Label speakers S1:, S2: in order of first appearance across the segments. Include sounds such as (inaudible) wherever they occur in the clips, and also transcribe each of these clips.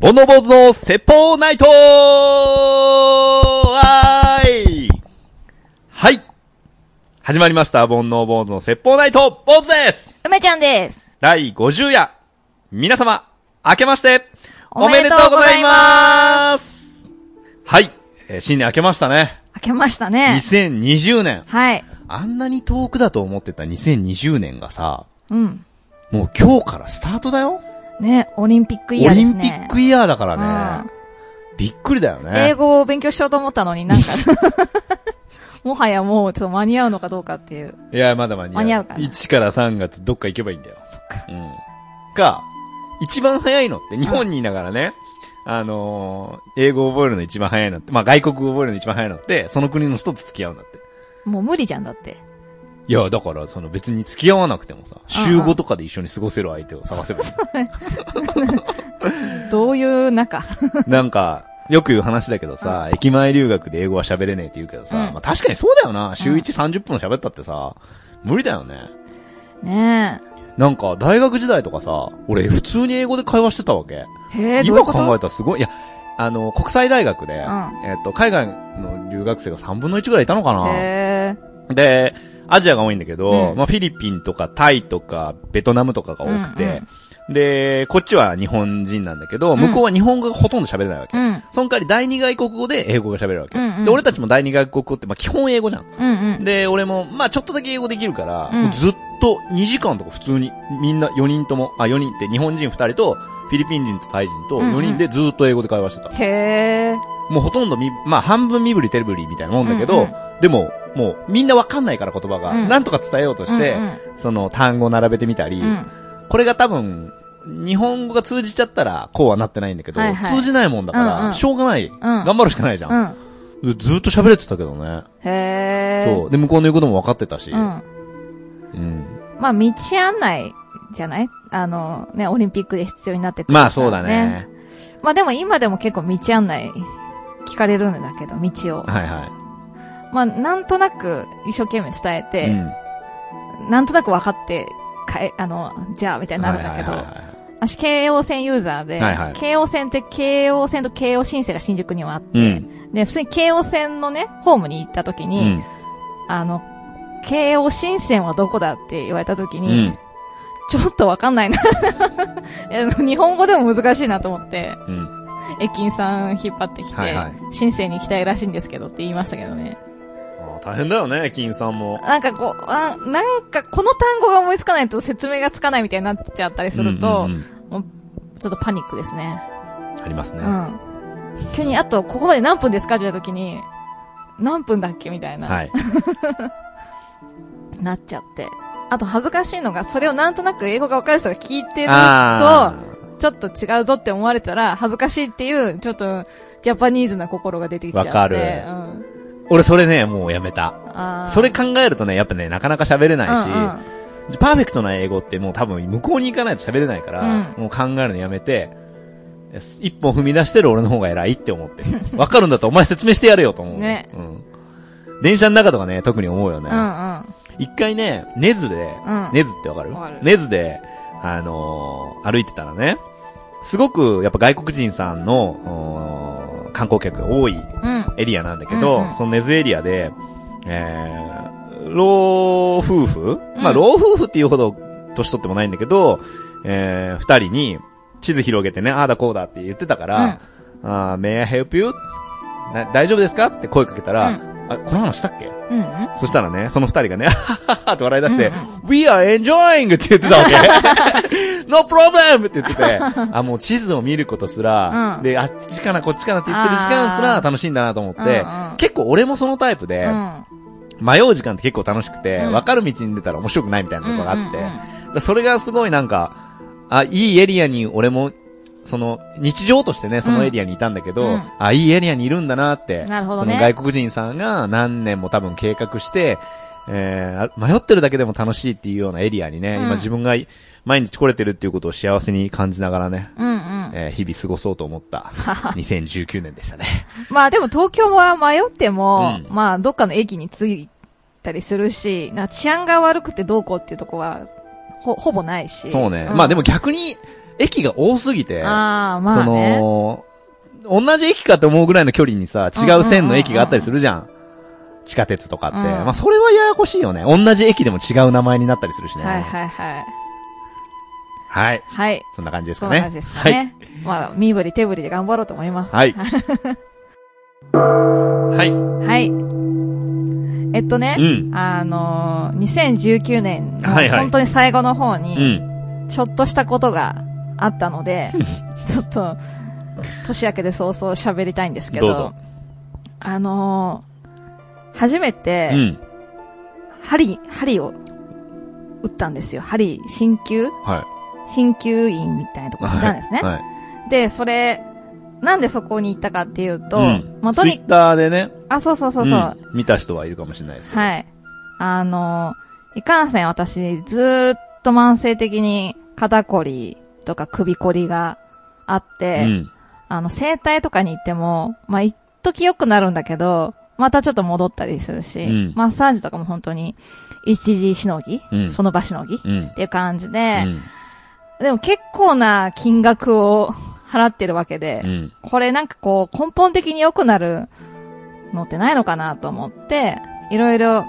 S1: ボンノーボーズの説法ナイトはーいはい始まりました、ボンノーボーズの説法ナイトボーズです
S2: 梅ちゃんです。
S1: 第50夜皆様、明けましてお
S2: お
S1: め
S2: め
S1: で
S2: で
S1: と
S2: と
S1: うご
S2: うご
S1: ざ
S2: ざ
S1: い
S2: い
S1: ま
S2: ます
S1: はい、えー新年明けましたね。
S2: 開けましたね。
S1: 2020年。
S2: はい。
S1: あんなに遠くだと思ってた2020年がさ、
S2: うん。
S1: もう今日からスタートだよ、
S2: ね、オリンピックイ
S1: オ
S2: ヤーで
S1: リ
S2: す
S1: ンピ
S2: ね。
S1: ックイヤーだからね。びっくりだよ
S2: うん
S1: ね。
S2: 英語を勉強しようと思ったのにな
S1: (laughs)
S2: んか、もはやもうちょっと間に合うのかどうかっていう。
S1: いや、まだ間に合う。
S2: 間に合うかな
S1: 1から3月どっか行けばいいんだよ。
S2: そっか。
S1: うん。か、一番早いのって、日本にいながらね、あのー、英語を覚えるの一番早いのって、まあ外国語を覚えるの一番早いのって、その国の人と付き合うんだって。
S2: もう無理じゃんだって。
S1: いや、だから、その別に付き合わなくてもさ、
S2: うん
S1: 週5とかで一緒に過ごせる相手を探せばいい。
S2: どういう中
S1: なんか、よく言う話だけどさ、駅前留学で英語は喋れねえって言うけどさ、
S2: うん
S1: まあ確かにそうだよな。週1 30分喋ったってさ、無理だよね。
S2: ね
S1: なんか、大学時代とかさ、俺普通に英語で会話してたわけ。
S2: え。へえ、どうい
S1: 今
S2: うこと
S1: 考えたらすごい、いや、あの、国際大学で、
S2: ん
S1: えっと、海外の留学生が3分の1ぐらいいたのかな
S2: へ
S1: で、アジアが多いんだけど、
S2: うん
S1: まあフィリピンとかタイとかベトナムとかが多くて、で、こっちは日本人なんだけど、
S2: ん
S1: 向こうは日本語がほとんど喋れないわけ。
S2: え。うん。
S1: その代わり第二外国語で英語が喋れるわけ。
S2: うんうん
S1: で、俺たちも第二外国語って、まあ基本英語じゃん。
S2: うんうん。
S1: で、俺も、まあちょっとだけ英語できるから、
S2: うん
S1: もうずっと2時間とか普通に、みんな4人とも、あ、4人って日本人2人と、フィリピン人とタイ人と
S2: うんうん
S1: 4人でずっと英語で会話してた。
S2: へえ。
S1: もうほとんどみ、まあ半分身振り手振りみたいなもんだけど、
S2: うん
S1: でも、もうみんなわかんないから言葉が、
S2: うん
S1: なんとか伝えようとして、
S2: うん
S1: その単語並べてみたり、
S2: うんうん。
S1: これが多分、日本語が通じちゃったらこうはなってないんだけど、
S2: はいはい
S1: 通じないもんだから、
S2: うんうん
S1: しょうがない、頑張るしかないじゃん。
S2: うん。
S1: ずずっと喋れてたけどね。
S2: へえ。
S1: そう。で、向こうの言うことも分かってたし。
S2: うん。
S1: うん。
S2: まあ、道案内じゃないあの、ね、オリンピックで必要になってくるから。
S1: まあそうだね。
S2: まあでも今でも結構道案内聞かれるんだけど、道を。
S1: はいは
S2: まあなんとなく一生懸命伝え
S1: い。
S2: て、なんとなく分かって、かえ、あの、じゃあみたいになるんだけど、
S1: はいはいはいはい
S2: 私京王線ユーザーで、
S1: はいはい
S2: 京王線って京王線と京王新生が新宿にはあって、
S1: うん。
S2: で、普通に京王線のね、ホームに行った時
S1: う
S2: に、
S1: ん。
S2: あの、京王新線はどこだって言われた時
S1: う
S2: に、
S1: ん。
S2: ちょっとわかんない (laughs) な。あの日本語でも難しいなと思って、
S1: うん。
S2: 駅員さん引っ張ってきて、
S1: はいはい
S2: 申請に行きたいらしいんですけどって言いましたけどね。
S1: あ大変だよね、金さんも。
S2: なんかこう、あなんかこの単語が思いつかないと説明がつかないみたいになっちゃったりすると、
S1: うんうんうん
S2: ちょっとパニックですね。
S1: ありますね
S2: う。ん。急に、あと、ここまで何分ですかって言った時に、何分だっけみたいな、
S1: はい。
S2: なっちゃって。あと恥ずかしいのが、それをなんとなく英語がわかる人が聞いてると、
S1: あ
S2: ちょっと違うぞって思われたら、恥ずかしいっていう、ちょっと、ジャパニーズな心が出てきちゃって。
S1: わかる
S2: うん
S1: ー。俺それね、もうやめた。
S2: あー
S1: それ考えるとね、やっぱね、なかなか喋れないし、
S2: うんうん
S1: パーフェクトな英語ってもう多分向こうに行かないと喋れないから、
S2: う
S1: もう考えるのやめて、一歩踏み出してる俺の方が偉いって思
S2: (laughs)
S1: ってる。わかるんだったらお前説明してやれよと思う。
S2: ね
S1: うん。電車の中とかね、特に思うよね
S2: う。ん
S1: 一回ね、ネズで、
S2: うん
S1: ネズってわかる
S2: わかる
S1: ネズで、あのー歩いてたらね、すごくやっぱ外国人さんの、おー観光客が多い
S2: うん。うん。
S1: エリアなんだけど、
S2: うんうん
S1: そのネズエリアで、えー、老夫婦、
S2: うん
S1: まあ老夫婦っていうほど年取ってもないんだけど、えー、二人に地図広げてね、ああだこうだって言ってたから、あー may I help you? な大丈夫ですかって声かけたら、
S2: う
S1: あ、この話したっけ
S2: うんうん。
S1: そしたらね、その二人がね、あ (laughs) はははって笑い出して、
S2: うん
S1: We are enjoying! って言ってたわけ。no problem! って言って
S2: (laughs)
S1: て、あ、もう地図を見ることすら、
S2: うん
S1: で、あっちかなこっちかなって言ってる時間すら楽しいんだなと思って、
S2: うんうん
S1: 結構俺もそのタイプで、
S2: うん
S1: 迷う時間って結構楽しくて、
S2: うん
S1: 分かる道に出たら面白くないみたいなところがあって、
S2: うんうん
S1: だからそれがすごいなんか、あ、いいエリアに俺も、その、日常としてね、そのエリアにいたんだけど、
S2: うん
S1: あ、いいエリアにいるんだなって、
S2: なるほど
S1: そ
S2: ね
S1: の外国人さんが何年も多分計画して、えーあ迷ってるだけでも楽しいっていうようなエリアにね、
S2: うん
S1: 今自分がい毎日来れてるっていうことを幸せに感じながらね、
S2: うんうん。
S1: えー日々過ごそうと思
S2: (laughs)
S1: った、2019年でしたね。
S2: まあでも東京は迷っても、
S1: うん
S2: まあどっかの駅に着いたりするし、なんか治安が悪くてどうこうっていうとこは、ほ、ほぼないし。
S1: そうね。
S2: ん
S1: まあでも、逆に、駅が多すぎて、
S2: ああ、まあね。
S1: その、同じ駅かって思うぐらいの距離にさ、違う線の駅があったりするじゃん。地下鉄とかって。
S2: うん
S1: まあ、それはややこしいよね。同じ駅でも違う名前になったりするしね。
S2: はいはいはい。
S1: はい。
S2: はい。
S1: そんな感じです
S2: そ
S1: か
S2: んな
S1: ね。
S2: 感じですかね。まあ、身振り手振りで頑張ろうと思います。
S1: はい。はい。は
S2: (laughs) はい。えっとね
S1: い。う、ん。
S2: あのー、2019年の
S1: はいはい
S2: 本当に最後の方
S1: う
S2: に、
S1: ん。
S2: ちょっとしたことがあったの
S1: (laughs)
S2: で、ちょっと、年明けで早々喋りたいんですけど、
S1: どうぞ
S2: あのー、初め
S1: う
S2: て、
S1: ん。
S2: 針、針を打ったんですよ。針、鍼灸
S1: は
S2: 鍼灸院みたいなと
S1: い。
S2: こに行ったんですね。
S1: はい。
S2: で、それ、なんでそこに行ったかっていうと、
S1: うん
S2: まあ、と
S1: ツイ
S2: に
S1: ッ、ターでね。
S2: あ、そうそうそうそう、
S1: ん見た人はいるかもしれないですけど。
S2: はい。あの、いかんせん私、ずーっと慢性的に肩こりとか首こりがあって、
S1: うん。
S2: あの、整体とかに行っても、まあ、一時良くなるんだけど、またちょっと戻ったりするし、
S1: うん
S2: マッサージとかも本当に、一時しのぎ、
S1: うん
S2: その場しのぎっ
S1: うん。
S2: ていう感じ
S1: う
S2: で、
S1: ん。
S2: でも結構な金額を払ってるわけで、
S1: うん。
S2: これなんかこう根本的に良くなるのってないのかなと思って、いろいろ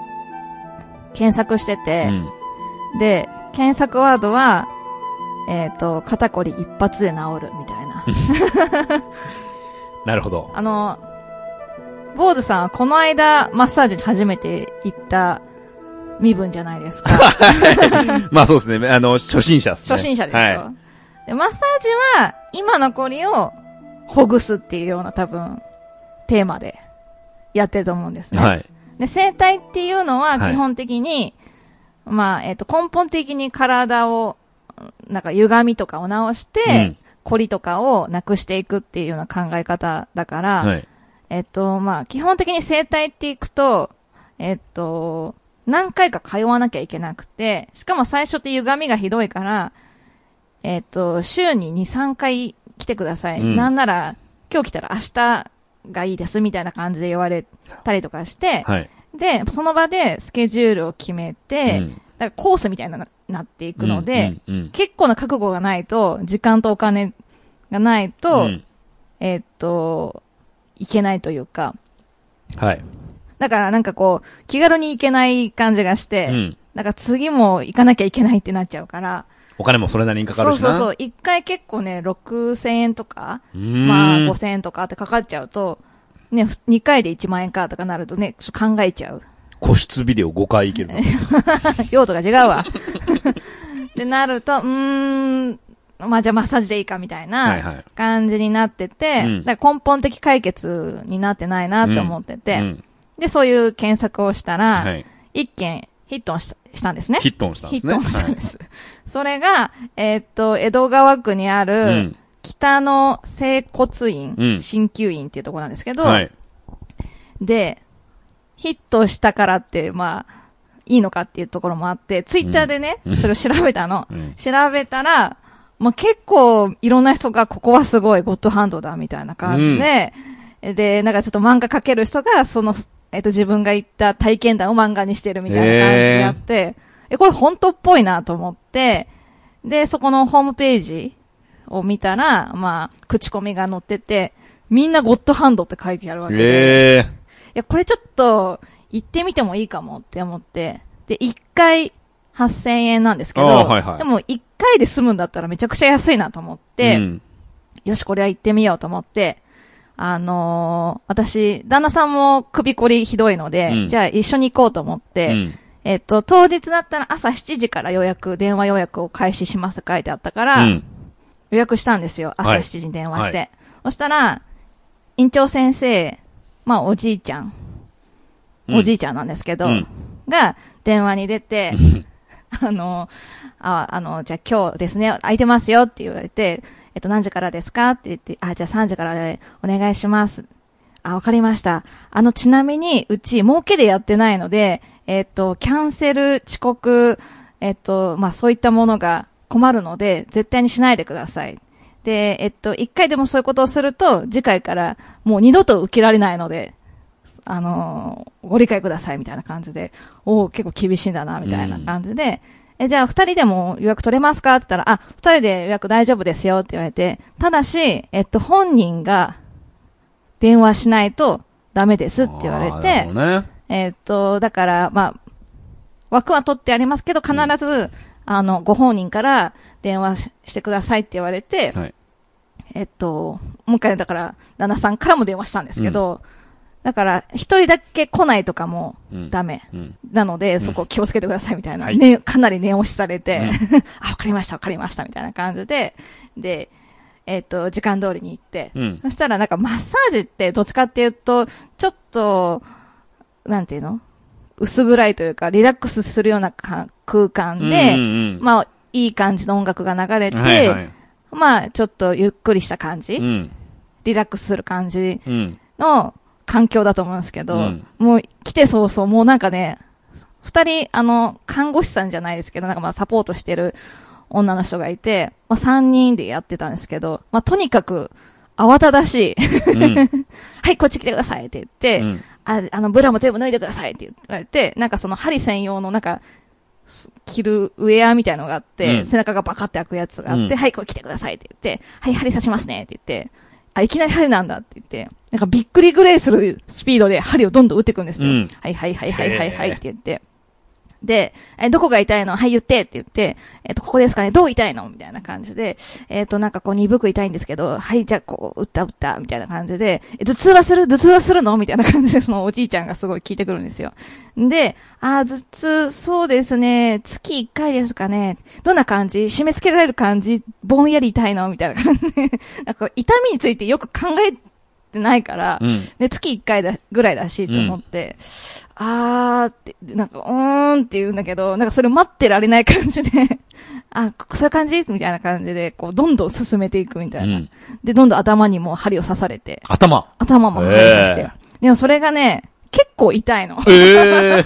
S2: 検索して
S1: う
S2: て、
S1: ん。
S2: で、検索ワードは、えっ、と、肩こり一発で治るみたいな。
S1: なるほど。
S2: あの、ボーズさんはこの間マッサージに初めて行った身分じゃな
S1: (laughs)
S2: いですか。
S1: まあそうですね。あの、初心者ですね。
S2: 初心者でしょ、
S1: は
S2: でマッサージは今のこりをほぐすっていうような多分テーマでやってると思うんです
S1: い。
S2: ね。
S1: はい。
S2: で、整体っていうのは
S1: はい
S2: 基本的に、まあ、えっ、と、根本的に体を、うんなんか歪みとかを直して、
S1: うん
S2: コリとかをなくしていくっていうような考え方だから、
S1: はい。
S2: えっ、と、まあ、基本的に整体っていくと、えっ、と、何回か通わなきゃいけなくて、しかも最初って歪みがひどいから、えっ、と、週に2、3回来てください。
S1: うん
S2: なんなら、今日来たら明日がいいですみたいな感じで言われたりとかして、
S1: はい。
S2: で、その場でスケジュールを決めて、
S1: う
S2: だか
S1: ん
S2: らコースみたいにななっていくので、、
S1: うんうん
S2: 結構な覚悟がないと、時間とお金がないと、
S1: うん
S2: えーっと、いけないというか、
S1: はい。
S2: だからなんかこう、気軽に行けない感じがして、
S1: うん。
S2: なんか次も行かなきゃいけないってなっちゃうから、
S1: お金もそれなりにかか
S2: そ
S1: る
S2: う
S1: し
S2: そ
S1: な。
S2: うそうう、一回結構ね、6000円とか、
S1: ーん。
S2: まあ5000円とかってかかっちゃうと、ね、2回で1万円かとかなるとね、ちょっと考えちゃう。
S1: 個室ビデオ5回い
S2: (laughs)
S1: けるな。
S2: 用途が違うわ。ってなると、うーん、まあじゃあマッサージでいいかみたい
S1: はい
S2: な
S1: はい。
S2: 感じになってて、
S1: うん
S2: だから根本的解決になってないなと思ってて、
S1: うん
S2: で、そういう検索をした
S1: は
S2: ら、
S1: い。
S2: 一件ヒットしたしたんですね。
S1: ヒットンしたん
S2: ヒ
S1: です
S2: ッ
S1: ね。
S2: トをしたんです。それが、えーっと、江戸川区にあ
S1: はい
S2: る、北の整骨院、
S1: うん
S2: 鍼灸院っていうところなんですけ
S1: う
S2: ど、
S1: ん。はい。
S2: で、ヒットしたからって、まあ、いいのかっていうところもあって、ツイッターでね、それを調べたの。
S1: うん
S2: 調べたら、まあ結構いろんな人がここはすごいゴッドハンドだみたいな感じで、で、なんかちょっと漫画描ける人が、その、えっと自分が言った体験談を漫画にしてるみたいな感じであって、え、これ本当っぽいなと思って、で、そこのホームページを見たら、まあ、口コミが載ってて、みんなゴッドハンドって書いてあるわけで。
S1: ええ。
S2: いや、これちょっと、行ってみてもいいかもって思って。で、1回8000円なんですけど、
S1: あーはいはい
S2: でも1回で済むんだったらめちゃくちゃ安いなと思って、
S1: うん
S2: よし、これは行ってみようと思って、あのー私、旦那さんも首こりひどいので、
S1: うん
S2: じゃあ一緒に行こうと思って、
S1: うん
S2: えっと、当日だったら朝7時から予約、電話予約を開始します書いてあったから、
S1: うん
S2: 予約したんですよ。朝
S1: はい
S2: 7時に電話して。
S1: は
S2: そしたら、院長先生、まあおじいちゃん、
S1: うん
S2: おじいちゃんなんですけど、
S1: うん
S2: が電話に出て、 (laughs) あの、あ、あの、じゃあ今日ですね、空いてますよって言われて、えっと何時からですかって言って、あ、じゃあ3時からでお願いします。あ、わかりました。あの、ちなみに、うち、儲けでやってないので、えっと、キャンセル、遅刻、えっと、まあ、そういったものが困るので、絶対にしないでください。で、えっと、一回でもそういうことをすると、次回からもう二度と受けられないので、あのーご理解くださいみたいな感じで、おお結構厳しいんだな、みたいな感じで、え、じゃあ二人でも予約取れますかって言ったら、あ、二人で予約大丈夫ですよって言われて、ただし、えっと、本人が電話しないとダメですって言われ
S3: あー
S2: て、
S3: なるほどね。
S2: えっと、だから、まあ、枠は取ってありますけど、必ず、あの、ご本人から電話ししてくださいって言われて、
S3: はい
S2: えっと、もう一回、だから、旦那さんからも電話したんですけど、だから、一人だけ来ないとかも
S3: うん。
S2: ダメ。
S3: うん。
S2: なので、そこ気をつけてくださいみたいな。
S1: はい
S2: ね、かなり念押しされて、
S3: うん
S2: (laughs) あ、わかりました、わかりました、みたいな感じで、で、えっ、と、時間通りに行って、
S3: うん。
S2: そしたらなんかマッサージってどっちかっていうと、ちょっと、なんていうの薄暗いというか、リラックスするようなか空間 (laughs) で、
S3: うんうんうん
S2: まあ、いい感じの音楽が流れて、
S3: はいはい
S2: まあ、ちょっとゆっくりした感じ、
S3: うん。
S2: リラックスする感じ
S3: うん。
S2: の環境だと思うんですけど、
S3: うん
S2: もう来て早々、もうなんかね、二人、あの、看護師さんじゃないですけど、なんかまあサポートしてる女の人がいて、まあ三人でやってたんですけど、まあとにかく慌ただしい、 (laughs)
S3: うん。
S2: はい、こっち来てくださいって言って、
S3: うん
S2: ああの、ブラも全部脱いでくださいって言われて、なんかその針専用のなんか、す着るウェアみたいのがあっ
S3: う
S2: て、
S3: ん
S2: 背中がバカって開くやつがあって、
S3: うん
S2: はい、これ着てくださいって言って、はい、針刺しますねって言って、あ、いきなり針なんだって言って、なんかびっくりグレーするスピードで針をどんどん打っていくんですよ。
S3: うん
S2: はいはいはいはいはいはい
S1: へー
S2: って言って。で、え、どこが痛いのはい、言ってって言って、えっ、と、ここですかねどう痛いのみたいな感じで、えっ、と、なんかこう鈍く痛いんですけど、はい、じゃあこう、打った打った、みたいな感じで、え頭痛はする頭痛はするのみたいな感じで、 (laughs) そのおじいちゃんがすごい聞いてくるんですよ。で、あー、頭痛、そうですね、月1回ですかね。どんな感じ締め付けられる感じぼんやり痛いのみたいな感じで。 (laughs) なんか痛みについてよく考えてないから、
S3: うん。
S2: で、月1回だぐらいだし、と思って、あーって、なんか、うーんって言うんだけど、なんかそれ待ってられない感じで、 (laughs) あ、こそういう感じみたいな感じで、こう、どんどん進めていくみたいな。
S3: うん
S2: で、どんどん頭にも針を刺されて、
S3: 頭。
S2: 頭も針を刺して。
S1: へー
S2: でもそれがね、結構痛いの。 (laughs)
S1: ええ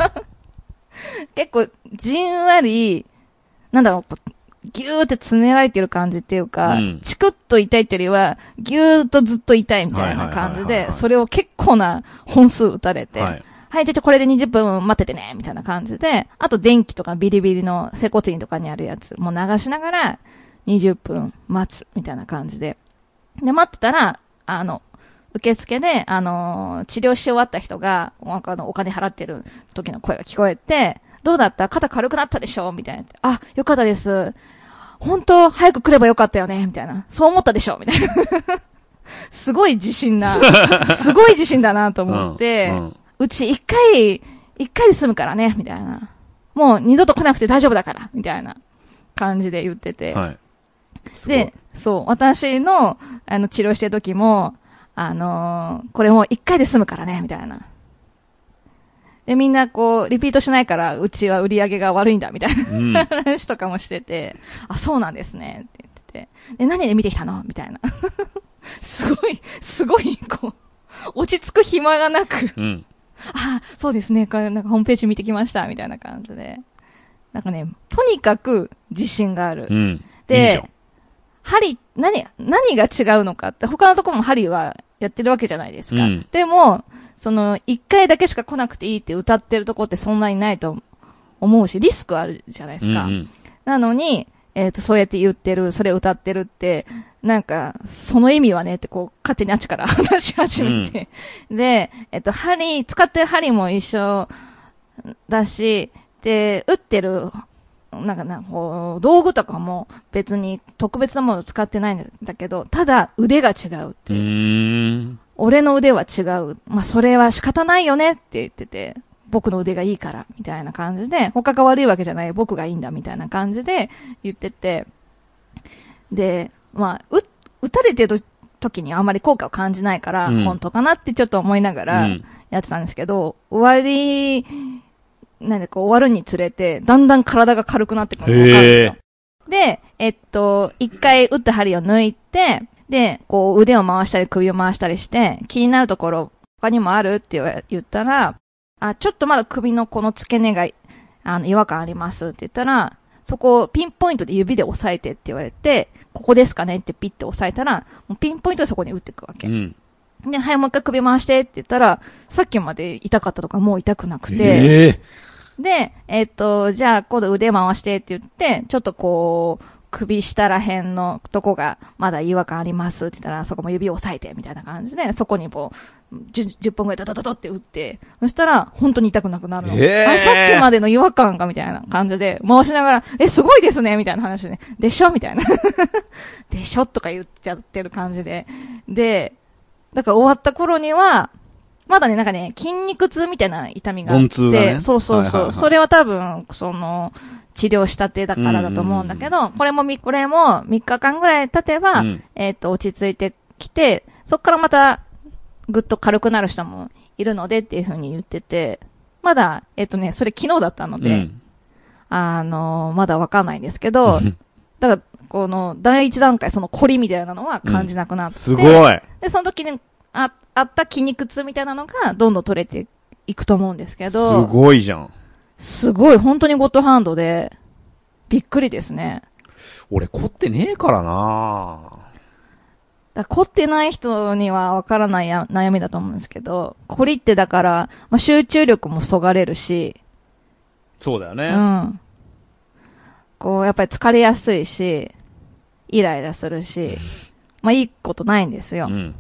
S2: 結構、じんわり、なんだろう、こうぎゅーってつねられてる感じっていうか、
S3: うん
S2: チクッと痛いっていうよりは、ぎゅーっとずっと痛いみたいな感じ
S3: はいはいはいはいは
S2: で、
S3: い
S2: それを結構な本数打たれて、
S3: はい。
S2: はい、じゃあちょこれで20分待っててね、みたいな感じで、あと電気とかビリビリの整骨院とかにあるやつも流しながら、20分待つ、みたいな感じで。で、待ってたら、あの、受付で、あのー治療し終わった人が、なんかあの、お金払ってる時の声が聞こえて、どうだった肩軽くなったでしょみたいな。あ、よかったです。本当早く来ればよかったよねみたいな。そう思ったでしょみたいな。 (laughs) すごい自信な、 (laughs) すごい自信だなと思って、
S3: うんうん
S2: うち一回、一回で済むからね、みたいな。もう二度と来なくて大丈夫だから、みたいな感じで言ってて。
S3: はい。すごい
S2: で、、そう、私の、あの、治療してる時も、あのーこれもう一回で済むからね、みたいな。で、みんなこう、リピートしないから、うちは売り上げが悪いんだ、みたいな。
S3: うん。
S2: 話とかもしてて、あ、そうなんですね、って言ってて。で、何で見てきたのみたいな。 (laughs) すごい、すごい、こう、落ち着く暇がなく、
S3: うん。
S2: あ、そうですね、これ、なんかホームページ見てきました、みたいな感じで。なんかね、とにかく自信がある
S3: う。ん。いいじゃ
S2: で
S3: ん、
S2: 針、何、何が違うのかって、他のとこも針はやってるわけじゃないですか。
S3: うん
S2: でも、その、一回だけしか来なくていいって歌ってるとこってそんなにないと思うし、リスクあるじゃないですか。
S3: うんうん
S2: なのに、えっ、と、そうやって言ってる、それを歌ってるって、なんか、その意味はね、ってこう、勝手にあっちから (laughs) 話し始めて。で、えっ、と、針、使ってる針も一緒だし、で、打ってる、なんかな、こう、道具とかも別に特別なものを使ってないんだけど、ただ腕が違うって
S3: う
S2: いう。
S3: ーん。
S2: 俺の腕は違う。まあ、それは仕方ないよねって言ってて、僕の腕がいいから、みたいな感じで、他が悪いわけじゃない、僕がいいんだ、みたいな感じで言ってて、で、まあ、う、打たれてる時にあんまり効果を感じないから、
S3: うん
S2: 本当かなってちょっと思いなが
S3: う
S2: ら
S3: ん
S2: やってたんですけど、終わり、なんでこう終わるにつれて、だんだん体が軽くなってくるのがわかるんですよ
S3: へ。
S2: で、えっと、一回打った針を抜いて、で、こう腕を回したり首を回したりして、気になるところ他にもあるって言わ言ったら、あ、ちょっとまだ首のこの付け根が、あの、違和感ありますって言ったら、そこをピンポイントで指で押さえてって言われて、ここですかねってピッて押さえたら、もうピンポイントでそこに打っていくわけ
S3: う。ん。
S2: で、はい、もう一回首回してって言ったら、さっきまで痛かったとかもう痛くなくて、
S3: ええ。
S2: で、えっと、じゃあ今度腕回してって言って、ちょっとこう、首下ら辺のとこがまだ違和感ありますって言ったら、そこも指を押さえてみたいな感じで、そこにこう、10, 10本ぐらいドドドドって打って、そしたら本当に痛くなくなるの。
S1: えー
S2: あ、さっきまでの違和感がみたいな感じで、回しながら、え、すごいですねみたいな話でね、でしょみたいな。 (laughs) でしょとか言っちゃってる感じで。で、だから終わった頃には、まだね、なんかね、筋肉痛みたいな痛みがあって。
S3: 鈍痛がね
S2: そうそうそう。
S3: はいはいはい
S2: それは多分、その、治療したてだからだと思うんだけど、これもみ、これも3日間ぐらい経てば、
S3: うん
S2: えっ、と、落ち着いてきて、そっからまた、ぐっと軽くなる人もいるのでっていうふうに言ってて、まだ、えっ、とね、それ昨日だったので、
S3: うん
S2: あの、まだわかんないんです
S3: (laughs)
S2: けど、だから、この、第一段階、その凝りみたいなのは感じなくなって、
S1: (laughs) すごい。
S2: で、その時にああった筋肉痛みたいなのが、どんどん取れていくと思うんですけ
S1: す
S2: ど、
S1: ごいじゃん。
S2: すごい、本当にゴッドハンドで、びっくりですね。
S1: 俺凝ってねえからな
S2: だから凝ってない人にはわからないや悩みだと思うんですけど、凝りってだから、まあ、集中力もそがれるし、
S1: そうだよ
S2: う
S1: ね。
S2: ん。こう、やっぱり疲れやすいし、イライラするし、まあ、いいことないんですよ。
S1: うん。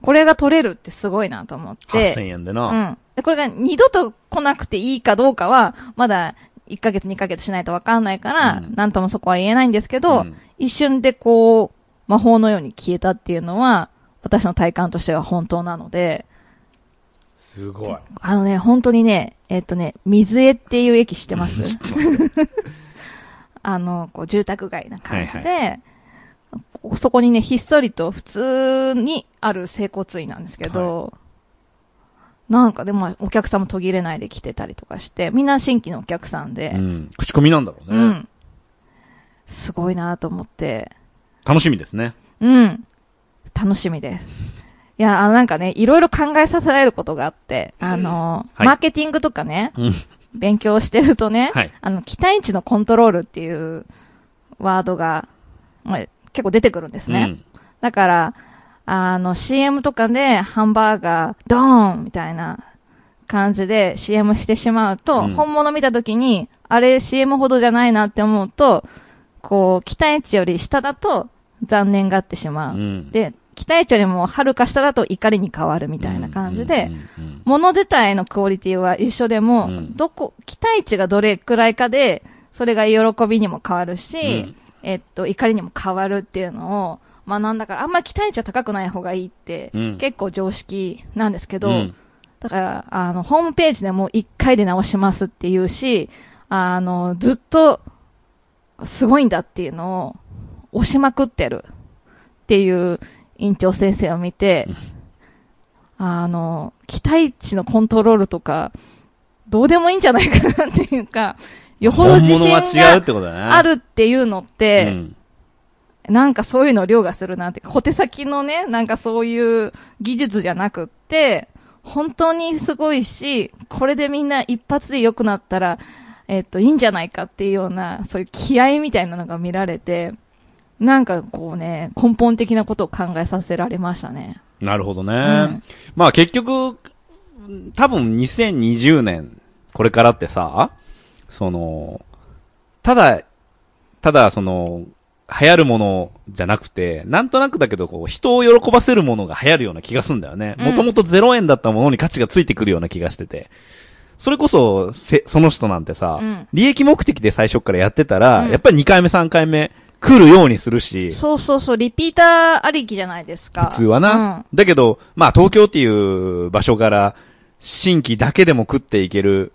S2: これが取れるってすごいなと思って。
S1: 8000円で
S2: う
S1: な。
S2: ん。で、これが二度と来なくていいかどうかは、まだ1ヶ月2ヶ月しないとわかんないから、
S1: うん
S2: なんともそこは言えないんですけど、
S1: うん
S2: 一瞬でこう、魔法のように消えたっていうのは、私の体感としては本当なので、
S1: すごい。
S2: あのね、本当にね、えっとね、水江っていう駅知ってます
S1: 知ってます
S2: (laughs) あの、こう、住宅街な感じで、
S1: は
S2: こそこにね、ひっそりと普通にある整骨院なんですけど、なんかでもお客さんも途切れないで来てたりとかして、みんな新規のお客さん
S1: う
S2: で、
S1: ん。口コミなんだろう
S2: うん。
S1: ね。
S2: すごいなと思って、
S1: 楽しみですね。
S2: うん。楽しみです。いや、あのなんかね、いろいろ考えさせられることがあって、あの、
S1: はい
S2: マーケティングとかね、
S3: うん
S2: 勉強してるとね、
S1: はい。
S2: あの、期待値のコントロールっていうワードが、まあ結構出てくるんですね。
S1: うん。
S2: だから、あの、CM とかでハンバーガー、ドーンみたいな感じで CM してしまう
S1: う
S2: と、
S1: ん
S2: 本物見た時に、あれ CM ほどじゃないなって思うと、こう、期待値より下だと残念がってしまう。
S1: うん
S2: で、期待値よりもはるか下だと怒りに変わるみたいな感じで、、
S1: うんうん
S2: 物自体のクオリティは一緒でも、
S1: うん
S2: どこ、期待値がどれくらいかで、それが喜びにも変わるし、
S3: うん
S2: えっと、怒りにも変わるっていうのを学んだから、あんまり期待値は高くない方がいいって、
S1: うん
S2: 結構常識なんですけど、
S1: うん
S2: だから、あの、ホームページでも1回で直しますっていうし、あの、ずっと、すごいんだっていうのを、押しまくってるっていう院長先生を見て、あの、期待値のコントロールとか、どうでもいいんじゃないかなっていうか、よほど自信
S1: 本物は違うっ
S2: が
S1: てことだね。
S2: あるっていうのっ
S1: う
S2: て、
S1: ん。
S2: なんかそういうのを凌駕するなって、小手先のね、なんかそういう技術じゃなくって、本当にすごいし、これでみんな一発で良くなったら、えっと、いいんじゃないかっていうような、そういう気合みたいなのが見られて、なんかこうね、根本的なことを考えさせられましたね。
S1: なるほどね。
S2: ん
S1: まあ結局、多分2020年、これからってさ、その、ただ、ただその、流行るものじゃなくて、なんとなくだけど、こう、人を喜ばせるものが流行るような気がするんだよね。
S2: うん
S1: もともと0円だったものに価値がついてくるような気がしてて。それこそ、せ、その人なんてさ、
S2: うん
S1: 利益目的で最初からやってたら、
S2: うん
S1: やっぱり2回目3回目来るようにするし、
S2: そうそうそう、リピーターありきじゃないですか。
S1: 普通はな。
S2: うん。
S1: だけど、まあ東京っていう場所から新規だけでも食っていける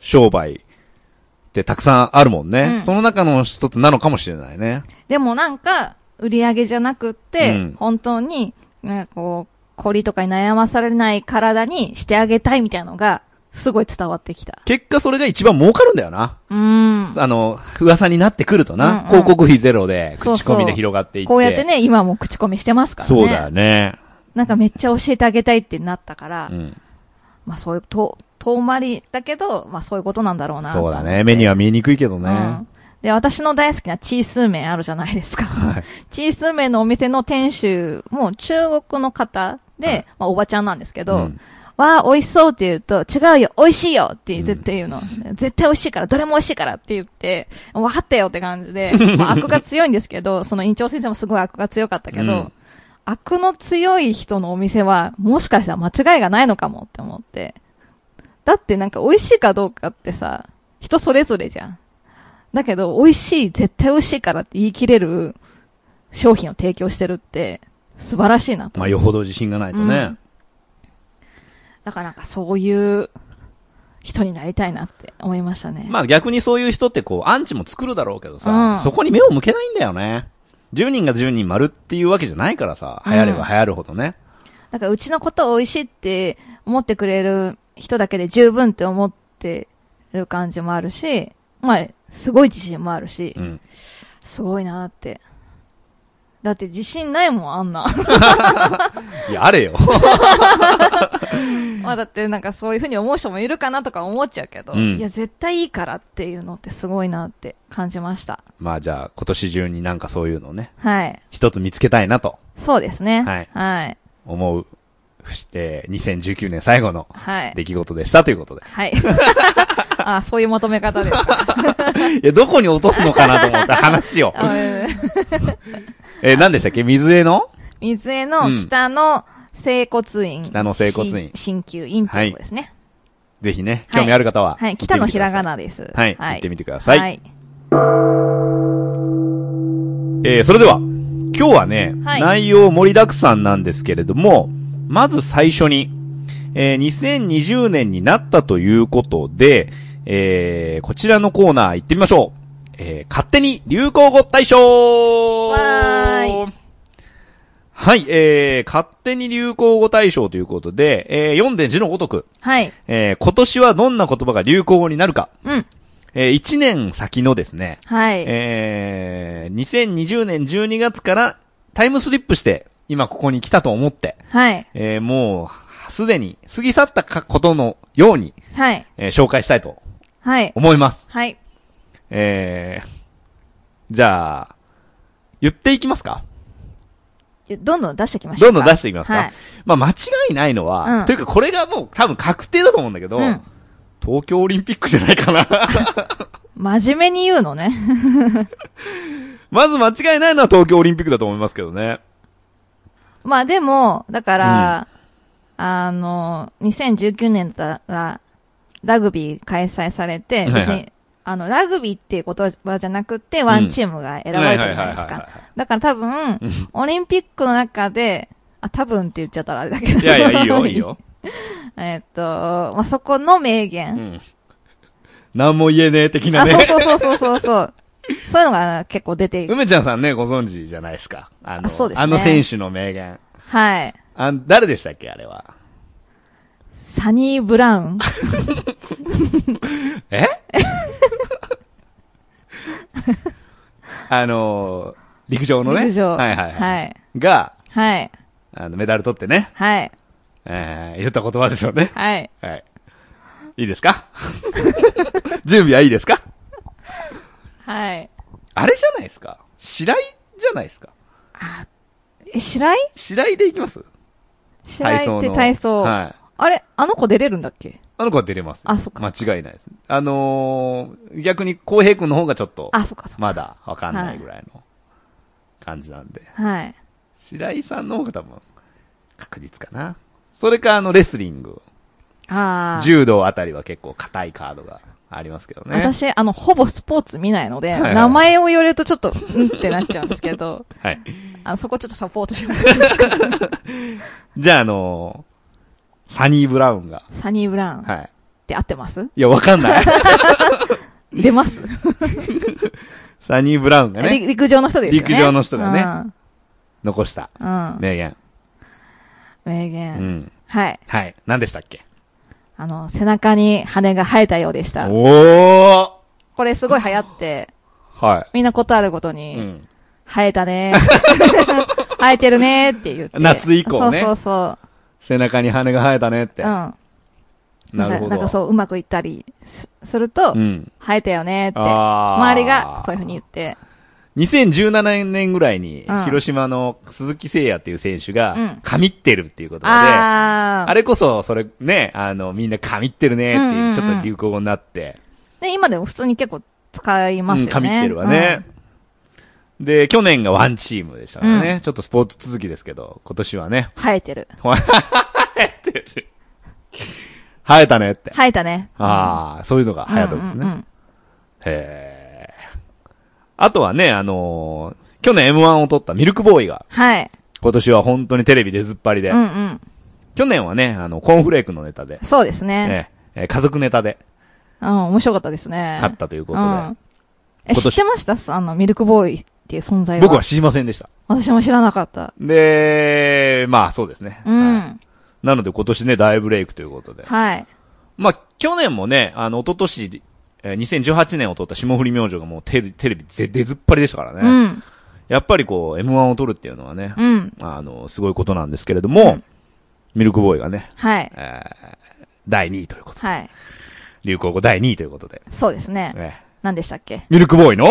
S1: 商売ってたくさんあるもんね。
S2: うん
S1: その中の一つなのかもしれないね。
S2: でもなんか、売り上げじゃなくっ
S1: う
S2: て、
S1: ん
S2: 本当に、なんかこう、凝りとかに悩まされない体にしてあげたいみたいのが、すごい伝わってきた。
S1: 結果それが一番儲かるんだよな。
S2: うーん。
S1: あの、噂になってくるとな。
S2: うんうん
S1: 広告費ゼロで、
S2: そう
S1: 口
S2: そう
S1: コミで広がっていって。
S2: こうやってね、今も口コミしてますからね。
S1: そうだよね。
S2: なんかめっちゃ教えてあげたいってなったから、
S1: うん。
S2: まあそういう、と、遠回りだけど、まあそういうことなんだろうなと
S1: そ
S2: 思
S1: う
S2: って。
S1: だね。目には見えにくいけど
S2: う
S1: ね
S2: ん。。で、私の大好きなチースーメンあるじゃないですか。 (laughs)
S1: はい。
S2: チースーメンのお店の店主も中国の方で、まあおばちゃんなんですけど、
S1: うん
S2: わあ、美味しそうって言うと、違うよ、美味しいよって絶対
S1: (laughs)
S2: 言うの。絶対美味しいから、どれも美味しいからって言って、分かったよって感じで、まあ、悪が強いんですけど、その院長先生もすごい悪が強かったけど、
S1: うん
S2: 悪の強い人のお店は、もしかしたら間違いがないのかもって思って。だってなんか美味しいかどうかってさ、人それぞれじゃん。だけど、美味しい、絶対美味しいからって言い切れる商品を提供してるって、素晴らしいなと。
S1: まあ、よほど自信がないとね。
S2: だからなんかそういう人になりたいなって思いましたね。
S1: まあ逆にそういう人ってこう、アンチも作るだろうけどさ、
S2: うん
S1: そこに目を向けないんだよね。10人が10人丸っていうわけじゃないからさ、流行れば流行るほどね。
S2: だからうちのことを美味しいって思ってくれる人だけで十分って思ってる感じもあるし、まあ、すごい自信もあるし
S1: う、ん。
S2: すごいなって。だって自信ないもん、あん
S1: (laughs)
S2: な。
S1: いや、あれよ。
S2: (laughs) まあだってなんかそういうふうに思う人もいるかなとか思っちゃうけど、
S1: うん
S2: いや、絶対いいからっていうのってすごいなって感じました。
S1: まあじゃあ、今年中になんかそういうのをね、
S2: はい。
S1: 一つ見つけたいなと
S2: そうですね。
S1: はい
S2: はい。
S1: 思う、ふしえー2019年最後の
S2: はい。
S1: 出来事でしたということで。
S2: はい。 (laughs) あ、そういうまとめ
S1: (laughs)
S2: 方ですか。
S1: いや、どこに落とすのかなと思った話を。
S2: (laughs) あうん
S1: えー何でしたっけ水江の
S2: 水江
S1: う
S2: の
S1: ん
S2: 北の整骨院。
S1: 北の整骨院
S2: し鍼灸院というとこですね。
S1: ぜひね、
S2: は
S1: 興
S2: い
S1: 味ある方は。
S2: はい。北のひらが
S1: な。
S2: なです。
S1: はい。行ってみてください。
S2: はい。
S1: えーそれでは、今日はね、
S2: はい
S1: 内容盛りだくさんなんですけれども、まず最初に、えー2020年になったということで、えーこちらのコーナー行ってみましょう。えー勝手に流行語大賞
S2: わー
S1: はい、えー、勝手に流行語大賞ということで、えー読んで字のごとく、
S2: はい。
S1: えー今年はどんな言葉が流行語になるか、
S2: うん。
S1: え1年先のですね、
S2: はい。
S1: えー、2020年12月からタイムスリップして、今ここに来たと思って、
S2: はい。
S1: えーもう、すでに過ぎ去ったかことのように、
S2: はい。
S1: えー紹介したいと
S2: はい。
S1: 思います。
S2: はい。
S1: えー、じゃあ、言っていきますか
S2: どんどん出してきましょ
S1: ど
S2: うん
S1: どん出していきますか、
S2: はい
S1: まあ、間違いないのは、
S2: うん
S1: というかこれがもう多分確定だと思うんだけど、
S2: うん
S1: 東京オリンピックじゃないかな。 (laughs)
S2: 真面目に言うのね。
S1: まず間違いないのは東京オリンピックだと思いますけどね。
S2: まあでも、だから、あの、2019年だったら、ラグビー開催されて、別に、
S1: はいはい
S2: あの、ラグビーっていう言葉じゃなくて、ワンチームが選ばれたじゃないで
S1: はい
S2: す
S1: はいはい
S2: か
S1: はい。
S2: だから多分、オリンピックの中で、あ、多分って言っちゃったらあれだけど。
S1: いやいや、いいよ、いい。よ。
S2: (laughs) えっと、まあ、そこの名
S1: う
S2: 言。
S1: ん。何も言えねえ的な
S2: あ、
S1: ね。
S2: そうそうそうそ
S1: (laughs)
S2: うそうそう。そういうのが結構出ている。
S1: 梅ちゃんさんね、ご存知じゃないですか。あの、
S2: あそうですね
S1: あの選手の名言。
S2: はい。
S1: あん誰でしたっけ、あれは。
S2: サニー・ブラウン。 (laughs)
S1: えあのー、陸上のね。
S2: 陸上。
S1: はいはい、。
S2: はいい。
S1: が、
S2: はい。
S1: あの、メダル取ってね、
S2: はい。
S1: えー、言った言葉ですよね。
S2: はい。
S1: はい。いいですか
S2: (laughs)
S1: 準備はいいですか
S2: はい。
S1: あれじゃないですか白井じゃないですか
S2: え、白井
S1: 白井でいきます
S2: 白井っ
S1: の
S2: て体操。
S1: はい。
S2: あれあの子出れるんだっけ
S1: あの子は出れます。
S2: あそっか
S1: 間違いないです。あのー、逆に、浩平くんの方がちょっと、
S2: あ、そっかそっか。
S1: まだわかんないぐらいの感じなんで、
S2: はい。
S1: 白井さんの方が多分、確実かな。それか、あの、レスリング、
S2: ああ。
S1: 柔道あたりは結構硬いカードがありますけどね。
S2: 私、あの、ほぼスポーツ見ないので、
S1: はいはい
S2: 名前を言われるとちょっと、うんってなっちゃうんですけ
S1: (laughs)
S2: ど、
S1: はい。
S2: あの、そこちょっとサポート
S1: (laughs)
S2: します。
S1: じゃあ、あのー、サニー・ブラウンが、
S2: サニー・ブラウンっ
S1: はい。
S2: て合ってます
S1: いや、わかん
S2: (laughs)
S1: ない。
S2: 出ます、
S1: サニー・ブラウンがね、
S2: 陸陸上の人ですよね。
S1: 陸上の人がね残した
S2: うん。うん。
S1: 名言。
S2: 名
S1: う
S2: 言、
S1: ん。
S2: はい。
S1: はい。何でしたっけ
S2: あの、背中に羽が生えたようでした。
S1: おー
S2: これすごい流行って、
S1: は
S2: みんなことあるごと
S1: い。
S2: に、
S1: うん。
S2: 生えたねー (laughs) 生えてるねーって言って。
S1: 夏以降ね
S2: そうそうそ
S1: 背中に羽が生えたねって。
S2: う。うん。
S1: なるほど。
S2: んかそう、うまくいったりすすると、
S1: うん。
S2: 生えたよねって、
S1: あー
S2: 周りがそういうふうに言って、
S1: 2017年ぐらいに
S2: うん、
S1: 広島の鈴木誠也っていう選手
S2: う
S1: が
S2: ん、
S1: 神ってるっていうことで、あ
S2: あー。
S1: れこそ、それね、あの、みんな神ってるねって
S2: うんうんう
S1: い
S2: ん
S1: う、ちょっと流行語になって、
S2: ね、今でも普通に結構使いますよね。
S1: うん、神ってるわね。で、去年がワンチームでしたからね。
S2: う
S1: ちょっとスポーツ続きですけど、今年はね、
S2: うん。生えてる。
S1: 生えたねって。
S2: 生えたね。
S1: ああ、そういうのが流行ったんですね。
S2: うんうんうん
S1: へえ。あとはね、あのー去年 M1 を取ったミルクボーイが、
S2: はい。
S1: 今年は本当にテレビ出ずっぱりで、
S2: うんうん。
S1: 去年はね、あの、コーンフレークのネタで、
S2: そうですね。
S1: えええ家族ネタで
S2: うん、面白かったですね。
S1: 勝ったということ
S2: う
S1: で、
S2: ん。え、
S1: 今年
S2: 知ってましたあの、ミルクボーイっていう存在は。
S1: 僕は知りませんでした。
S2: 私も知らなかった。
S1: で、まあそうですね。
S2: う
S1: はい
S2: ん。
S1: なので今年ね、大ブレイクということで。
S2: はい。
S1: まあ、去年もね、あの、一昨年、えー2018年を取った霜降り明星がもうテレテレビぜ出ずっぱりでしたからね。
S2: うん。
S1: やっぱりこう、M1 を取るっていうのはね、
S2: うん。
S1: あの、すごいことなんですけれども、
S2: うん
S1: ミルクボーイがね、
S2: はい。
S1: えー第2位ということで、
S2: はい。
S1: 流行語第2位ということで、
S2: そうですね。
S1: ね
S2: 何でしたっけ
S1: ミルクボーイの、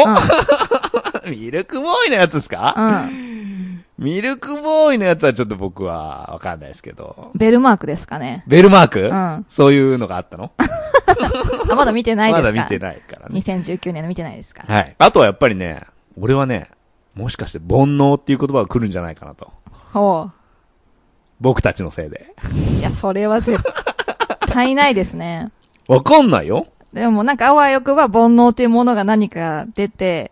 S2: う
S1: (laughs)
S2: ん。
S1: ミルクボーイのやつですか、
S2: うん。
S1: ミルクボーイのやつはちょっと僕はわかんないですけど、
S2: ベルマークですかね。
S1: ベルマーク、
S2: うん。あ、
S1: そういうのがあったの
S2: まだ見てないで
S1: ます
S2: か
S1: だ見てないからね。
S2: 2019年の見てないですか
S1: はい。あとはやっぱりね、俺はね、もしかして煩悩っていう言葉が来るんじゃないかなと。
S2: ほ
S1: 僕たちのせいで。
S2: う。いや、それは (laughs) 絶対ないですね。
S1: わかんないよ
S2: でもなんかあわよくば煩悩というものが何か出て、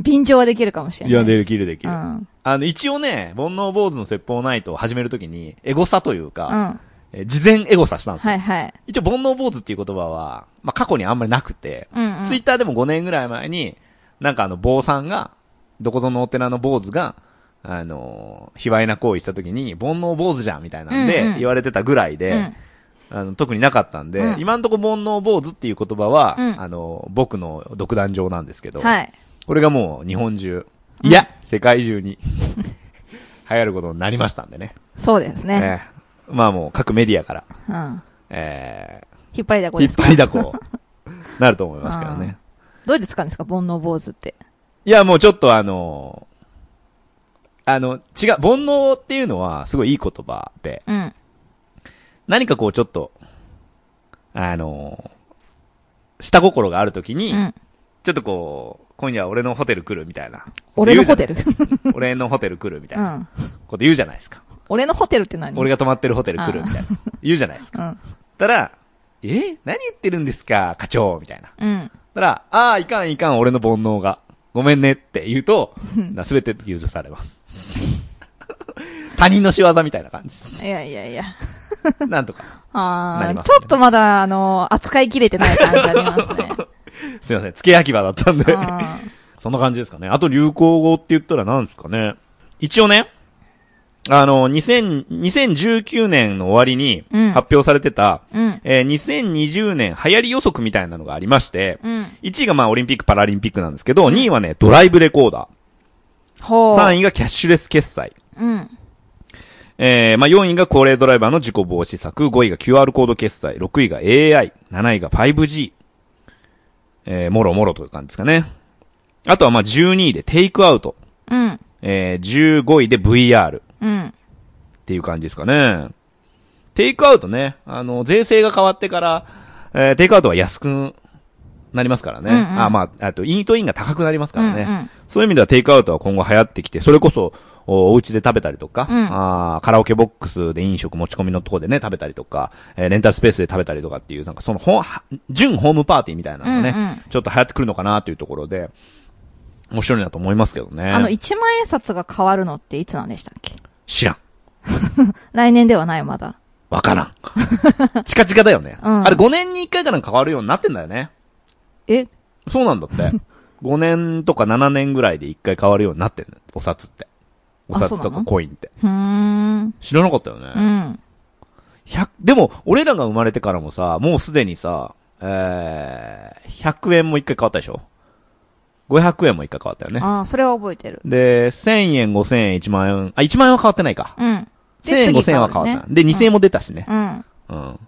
S2: 便乗はできるかもしれない
S1: いや、で
S2: る。
S1: きるでき
S2: う
S1: る。
S2: ん。
S1: あの、一応ね、煩悩坊主の説法ナイトを始めるときに、エゴサという
S2: う
S1: か、
S2: ん。
S1: えー事前エゴサしたんですよ。
S2: はいはい。
S1: 一応、煩悩坊主っていう言葉は、まあ、過去にあんまりなくて、
S2: うん、うん。
S1: ツイッターでも5年ぐらい前に、なんかあの、坊さんが、どこぞのお寺の坊主が、あのー卑猥な行為したときに、煩悩坊主じゃんみたいなんで
S2: うんうん、
S1: 言われてたぐらいで、
S2: うん
S1: あの、特になかったんで、
S2: うん
S1: 今んとこ煩悩坊主っていう言葉は、
S2: うん
S1: あの、僕の独壇場なんですけど、
S2: はい。
S1: これがもう日本中、いや、世界中に流行ることになりましたんでね。
S2: そうです
S1: え
S2: ね。
S1: えまあもう各メディアから、
S2: うん。
S1: え
S2: 引っ張りだこ
S1: ー、引
S2: で
S1: っ
S2: すか
S1: 張りだこ、なると思いますけどね。
S2: どうやって使うんですか煩悩坊主って。
S1: いや、もうちょっとあのーあの、違う、煩悩っていうのはすごいいい言葉で、
S2: うん。
S1: 何かこうちょっと、あのー下心があるとき
S2: う
S1: に、
S2: ん。
S1: ちょっとこう、今夜俺のホテル来るみたいな。
S2: 俺のホテル。
S1: ル (laughs) 俺のホテル来るみたいうなんこと言うじゃないですか。
S2: 俺のホテルって何
S1: 俺が泊まってるホテル来るみたいな。言うじゃないですか。
S2: うん。
S1: たら、え何言ってるんですか課長みたいな。
S2: うん。
S1: たら、ああ、いかんいかん俺の煩悩が。ごめんねって言う
S2: (laughs)
S1: と、すべて許されます。他人の仕業みたいな感
S2: (laughs)
S1: じ。
S2: いやいやいや。
S1: なんとか。
S2: あ
S1: な
S2: あ、
S1: りますね
S2: ちょっとまだ、あの、扱いきれてない感じありますね。
S1: すいません。付け焼き場だったんで。
S2: うん
S1: (laughs) そんな感じですかね。あと流行語って言ったら何ですかね。一応ね、あの、2000 2019年の終わりに
S2: うん
S1: 発表されてた、
S2: うん。
S1: えー2020年流行り予測みたいなのがありまして、
S2: うん。
S1: 1位がまあオリンピック・パラリンピックなんですけど、2位はね、ドライブレコーダー。
S2: ほう。
S1: 3位がキャッシュレス決済。
S2: うん。
S1: えー、まあ4位が高齢ドライバーの事故防止策、5位が QR コード決済、6位が AI、7位が 5G。えー、もろもろという感じですかね。あとはまあ12位でテイクアウト。
S2: うん。
S1: えー、15位で VR っ
S2: うん。
S1: ていう感じですかね。テイクアウトね、あの、税制が変わってから、えー、テイクアウトは安くなりますからね。
S2: うんうん
S1: あ、まあ、あと、イートインが高くなりますからね。
S2: うん
S1: そういう意味ではテイクアウトは今後流行ってきて、それこそ、おお家で食べたりとか、
S2: うん
S1: あーカラオケボックスで飲食持ち込みのとこでね、食べたりとか、えーレンタルスペースで食べたりとかっていう、なんかその、ほん、は純ホームパーティーみたいなのがね、
S2: うんうん
S1: ちょっと流行ってくるのかなというところで、面白いなと思いますけどね。
S2: あの、一万円札が変わるのっていつなんでしたっけ
S1: 知らん。
S2: 来年ではない、まだ。
S1: わからん。 (laughs) チカチカだよね。
S2: (laughs) うん
S1: あれ5年に1回から変わるようになってんだよね。
S2: え
S1: そうなんだって。5年とか7年ぐらいで1回変わるようになってんの。お札って。お
S2: あそう
S1: 札
S2: な
S1: と
S2: の
S1: かコインって。
S2: ふーん。
S1: 知らなかったよね。
S2: うん。
S1: 100でも、俺らが生まれてからもさ、もうすでにさ、えー、100円も1回変わったでしょ ?500 円も1回変わったよね。
S2: ああ、それは覚えてる。
S1: で、1000円、5000円、1万円。あ、1万円は変わってないか。
S2: うん。
S1: 1000円、5000円は変わった。で、2000円も出たしね。
S2: た。うん。
S1: うん。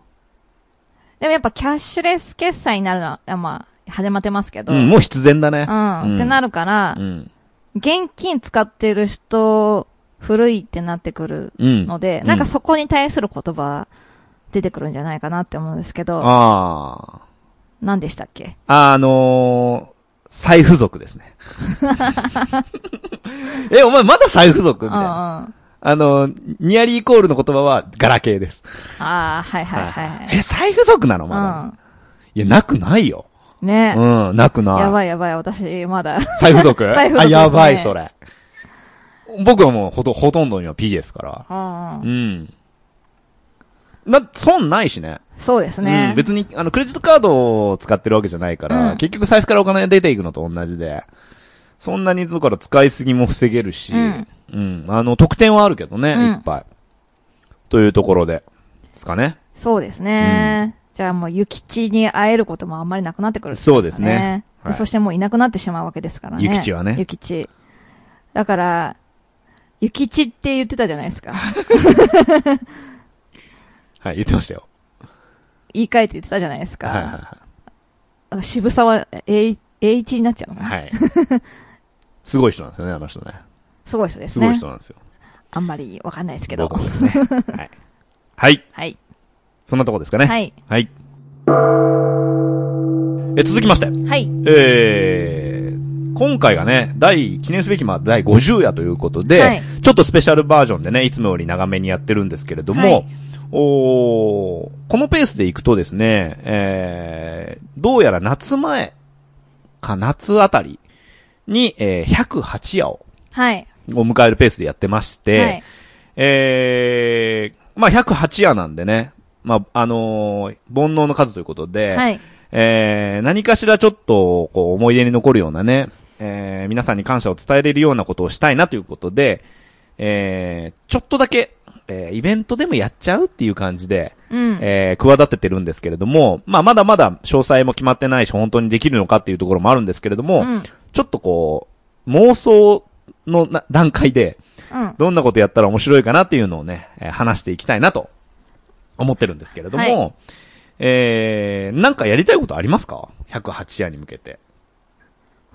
S2: でもやっぱキャッシュレス決済になるのは、あまあ、始まってますけど。
S1: うん、もう必然だね。
S2: うん。
S1: うん
S2: ってなるから
S1: う、ん。
S2: 現金使ってる人、古いってなってくる
S1: うん。
S2: ので、
S1: うん
S2: なんかそこに対する言葉、出てくるんじゃないかなって思うんですけど、
S1: あ
S2: 何でしたっけ
S1: あ。あのー、財布族です
S2: (laughs)
S1: ね。え、お前まだ財布族
S2: う
S1: み
S2: ん
S1: た
S2: うん。
S1: いな。
S2: あ
S1: あのー、ニアリーイコールの言葉は、ガラケーです。
S2: あー、はいはいはいはい。
S1: え、財布族なのまだ。いや、なくないよ。
S2: うん。ね、
S1: うん、なくない。
S2: やばいやばい、私、まだ。
S1: 財布
S2: (laughs)
S1: 族
S2: 財布族
S1: あ、
S2: ですね
S1: やばい、それ。僕はもうほと、ほとんどには P ですから。
S2: うん
S1: う。ん。な、損ないしね。
S2: そうです
S1: う
S2: ね
S1: ん、。別に、あの、クレジットカードを使ってるわけじゃないから、
S2: うん
S1: 結局財布からお金出ていくのと同じで、そんなに、だから使いすぎも防げるし、
S2: うん
S1: うんあの、得点はあるけどね、
S2: うん
S1: いっぱい。というところで、ですかね。
S2: そうですね。じゃあもう、諭吉に会えることもあんまりなくなってくる、
S1: そうですね。
S2: で
S1: はい
S2: そしてもういなくなってしまうわけですからね。
S1: 諭吉はね
S2: 諭吉。だから、諭吉って言ってたじゃな
S1: (laughs)
S2: いですか。
S1: はい、言ってましたよ。
S2: 言い換えて言ってたじゃないですか。
S1: はいはい
S2: 渋沢栄栄一になっちゃうの、ね、
S1: はい。はい。すごい人なんですよね、あの人ね。
S2: すごい人です
S1: す
S2: ね。
S1: ごい人なんですよ。
S2: あんまりわかんないですけど。
S1: 僕もですね。
S2: (laughs)
S1: はい。はい。
S2: はい。
S1: そんなとこですかね。
S2: はい。
S1: はい。え、続きまして。
S2: はい。
S1: えー、今回がね、第、記念すべき、まあ、第50夜ということで、
S2: はい
S1: ちょっとスペシャルバージョンでね、いつもより長めにやってるんですけれども、
S2: はい
S1: おーこのペースでいくとですね、えー、どうやら夏前か夏あたりに、えー、108夜を
S2: はい。
S1: を迎えるペースでやってまして、
S2: はい。
S1: えー、まあ、108夜なんでね、まあ、あのー煩悩の数ということで、
S2: はい。
S1: えー何かしらちょっと、こう、思い出に残るようなね、えー皆さんに感謝を伝えれるようなことをしたいなということで、えーちょっとだけ、えーイベントでもやっちゃうっていう感じで、
S2: うん。
S1: えー企ててるんですけれども、まあ、まだまだ詳細も決まってないし、本当にできるのかっていうところもあるんですけれども、
S2: うん。
S1: ちょっとこう、妄想のな段階で、
S2: うん。
S1: どんなことやったら面白いかなっていうのをね、えー話していきたいなと思ってるんですけれども、
S2: は
S1: えー、なんかやりたいことありますか ?108 夜に向けて。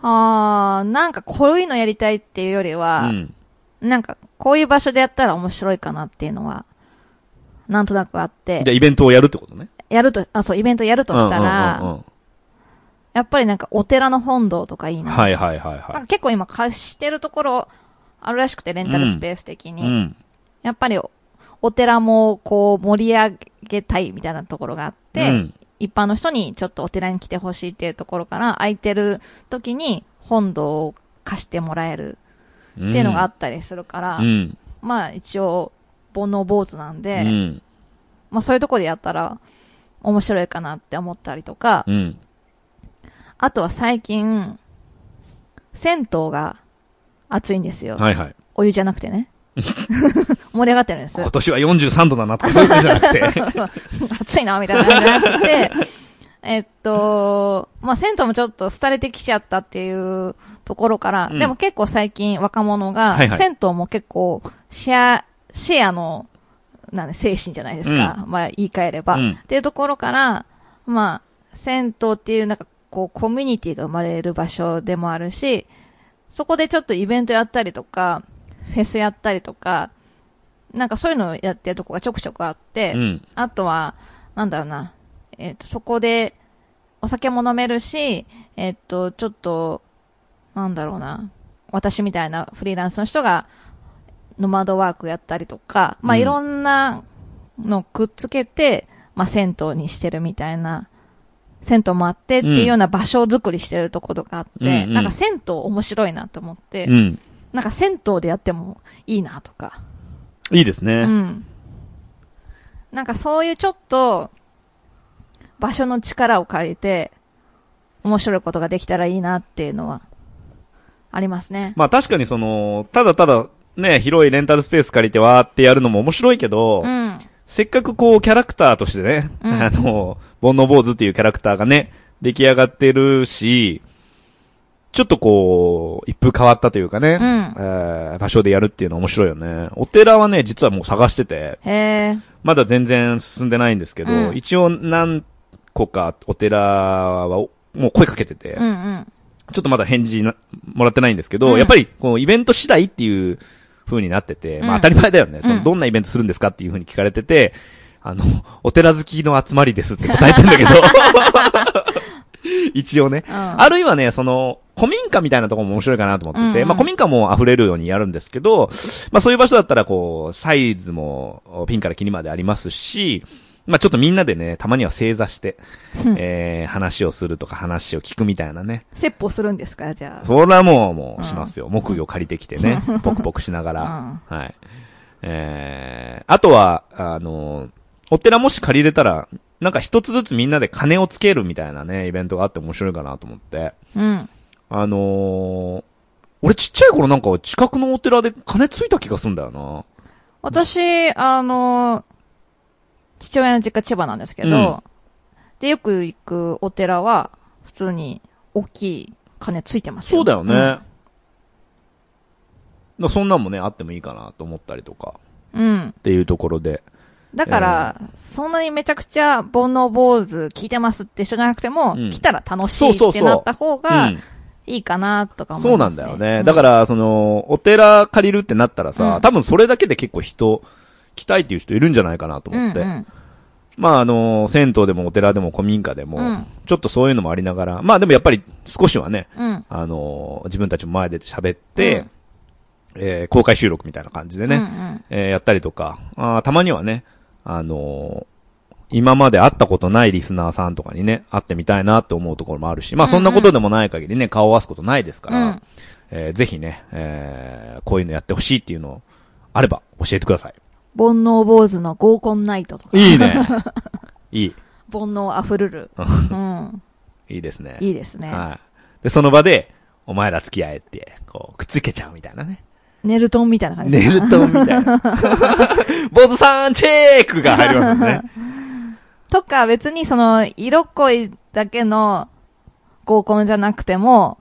S2: あー、なんかこういうのやりたいっていうより
S1: う
S2: は、
S1: ん。
S2: なんかこういう場所でやったら面白いかなっていうのは、なんとなくあっ
S1: じゃあ
S2: て、
S1: イベントをやるってことね。
S2: やると、あ、そう、イベントやるとしたら、
S1: うんうんうんうん
S2: やっぱりなんかお寺の本堂とかいいな。
S1: はいはいはい
S2: なん
S1: は
S2: か結構今貸してるところあるらしくて、レンタルスペース的
S1: い。
S2: に。
S1: うん。
S2: やっぱりおお寺もこう盛り上げたいみたいなところがあって、
S1: うん、
S2: 一般の人にちょっとお寺に来てほしいっていうところから、空いてる時に本堂を貸してもらえる
S1: っ
S2: っていうのがあったりするから、
S1: うん。
S2: まあ一応、煩悩坊主なん
S1: う
S2: で、
S1: ん。
S2: まあそういうとこでやったら面白いかなって思ったりとか、
S1: うん。
S2: あとは最近、銭湯が暑いんですよ。
S1: はいはい。
S2: お湯じゃなくて
S1: (laughs)
S2: ね。盛り上がってるんです。
S1: 今年は43度だなとかそういうことじゃなく
S2: (laughs)
S1: て。
S2: 暑いな、みたいな感じになって、えっと、まあ、銭湯もちょっと廃れてきちゃったっていうところから、
S1: うん
S2: でも結構最近若者が
S1: はいは、い
S2: 銭湯も結構シェア、シェアの、なんで、精神じゃないですか。まあ、言い換えれば、
S1: うん
S2: っていうところから、まあ、銭湯っていうなんかこう、コミュニティが生まれる場所でもあるし、そこでちょっとイベントやったりとか、フェスやったりとか、なんかそういうのをやってるとこがちょくちょくあって、
S1: うん。
S2: あとは、なんだろうな。えっ、と、そこで、お酒も飲めるし、えっ、と、ちょっと、なんだろうな。私みたいなフリーランスの人が、ノマドワークやったりとか、まあ、
S1: うん
S2: いろんなのくっつけて、まあ、銭湯にしてるみたいな、銭湯もあってっていうような場所づくりしてるところがあって、
S1: うんうん
S2: なんか銭湯面白いなと思って、
S1: うん。
S2: なんか銭湯でやってもいいなとか、
S1: いいです
S2: う
S1: ね。
S2: ん。なんかそういうちょっと、場所の力を借りて、面白いことができたらいいなっていうのは、ありますね。
S1: まあ確かにその、ただただ、ね、広いレンタルスペース借りてわーってやるのも面白いけど、
S2: うん。
S1: せっかくこうキャラクターとしてね、
S2: うん
S1: あの、煩悩坊主っていうキャラクターがね、出来上がってるし、ちょっとこう、一風変わったというかね、
S2: うん
S1: えー場所でやるっていうのは面白いよね。お寺はね、実はもう探してて、
S2: へえ。
S1: まだ全然進んでないんですけど、
S2: うん
S1: 一応何個かお寺はおもう声かけてて、
S2: うんうん。
S1: ちょっとまだ返事なもらってないんですけど、
S2: うん
S1: やっぱり、こう、イベント次第っていう風になってて、ま
S2: う
S1: あ
S2: ん
S1: 当たり前だよね。そうの、
S2: ん
S1: どんなイベントするんですかっていう風に聞かれてて、あの、お寺好きの集まりですって答えたんだけ
S2: (laughs)
S1: ど、一応ね。
S2: うん
S1: あるいはね、その、古民家みたいなところも面白いかなと思ってて、
S2: うんうん
S1: まあ古民家も溢れるようにやるんですけど、まあそういう場所だったらこう、サイズもピンからキリまでありますし、まあちょっとみんなでね、たまには正座して、えー、話をするとか話を聞くみたいなね。
S2: 説法するんですかじゃあ。
S1: それはもう、もうしますよ。木魚借りてきてね、ポクポクしながら。はい。えー、あとは、あの、お寺もし借りれたら、なんか一つずつみんなで金をつけるみたいなね、イベントがあって面白いかなと思って。
S2: うん。
S1: あのー、俺ちっちゃい頃なんか近くのお寺で金ついた気がすんだよな。
S2: 私、あの、父親の実家千葉なんですけど、
S1: うん
S2: で、よく行くお寺は、普通に大きい金ついてますよ。
S1: そうだよね。
S2: ん
S1: なそんなんもね、あってもいいかなと思ったりとか、
S2: うん。
S1: っていうところで。
S2: だから、そんなにめちゃくちゃ、煩悩坊主聞いてますって人じゃなくても、
S1: うん
S2: 来たら楽し
S1: そうそうそ
S2: いうってなった方
S1: う
S2: が
S1: ん
S2: いいかなとか思
S1: そう
S2: い
S1: な
S2: ま
S1: ん
S2: す、
S1: だ
S2: ね。
S1: よね。だから、その、お寺借りるってなったらさ、
S2: うん
S1: 多分それだけで結構人、来たいっていう人いるんじゃないかなと
S2: うん、
S1: 思って。
S2: うんうん
S1: まあ、あの、銭湯でもお寺でも古民家でも、
S2: うん
S1: ちょっとそういうのもありながら、まあでもやっぱり少しはね、
S2: うん。
S1: あの、自分たちも前出て喋って、
S2: うん
S1: えー公開収録みたいな感じでね、
S2: うんうん
S1: えーやったりとか、あーたまにはね、あのー今まで会ったことないリスナーさんとかにね、会ってみたいなって思うところもあるし、まあそんなことでもない限りね、顔を合わすことないですから、
S2: うん
S1: えーぜひね、えーこういうのやってほしいっていうのあれば教えてください。
S2: 煩悩坊主の合コンナイトとか、
S1: いいね。 (laughs) いい。
S2: 煩悩あふれる。うん。
S1: いいですね。
S2: いいですね。
S1: はい。で、その場で、お前ら付き合えって、こう、くっつけちゃうみたいなね。
S2: ネルトンみたいな感じ。
S1: ネルトンみたい
S2: (laughs)
S1: な。坊主さんチェックが入りますね。
S2: とか、別にその、色恋だけの合コンじゃなくても、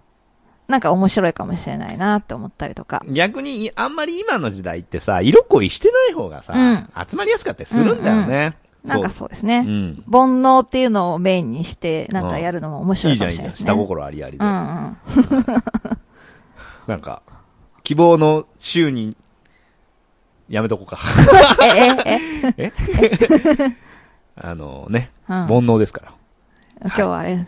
S2: なんか面白いかもしれないなって思ったりとか。
S1: 逆に、いあんまり今の時代ってさ、色恋してない方がさ、
S2: うん
S1: 集まりやすかったりするんだよね。
S2: なんか
S1: そ
S2: そうです
S1: う。
S2: ね。
S1: ん。
S2: 煩悩っていうのをメインにして、なんかやるのも面
S1: い
S2: 白
S1: い
S2: い
S1: じ
S2: か
S1: ゃん、
S2: も
S1: いいじ
S2: しれな
S1: ゃん。
S2: いですね。
S1: 下心ありありで。
S2: うんうん。
S1: なんか、希望の週に、やめとこうか。
S2: え、え、え、
S1: あのね、
S2: うん、
S1: 煩悩ですから。 (laughs)
S2: 今日はあれ、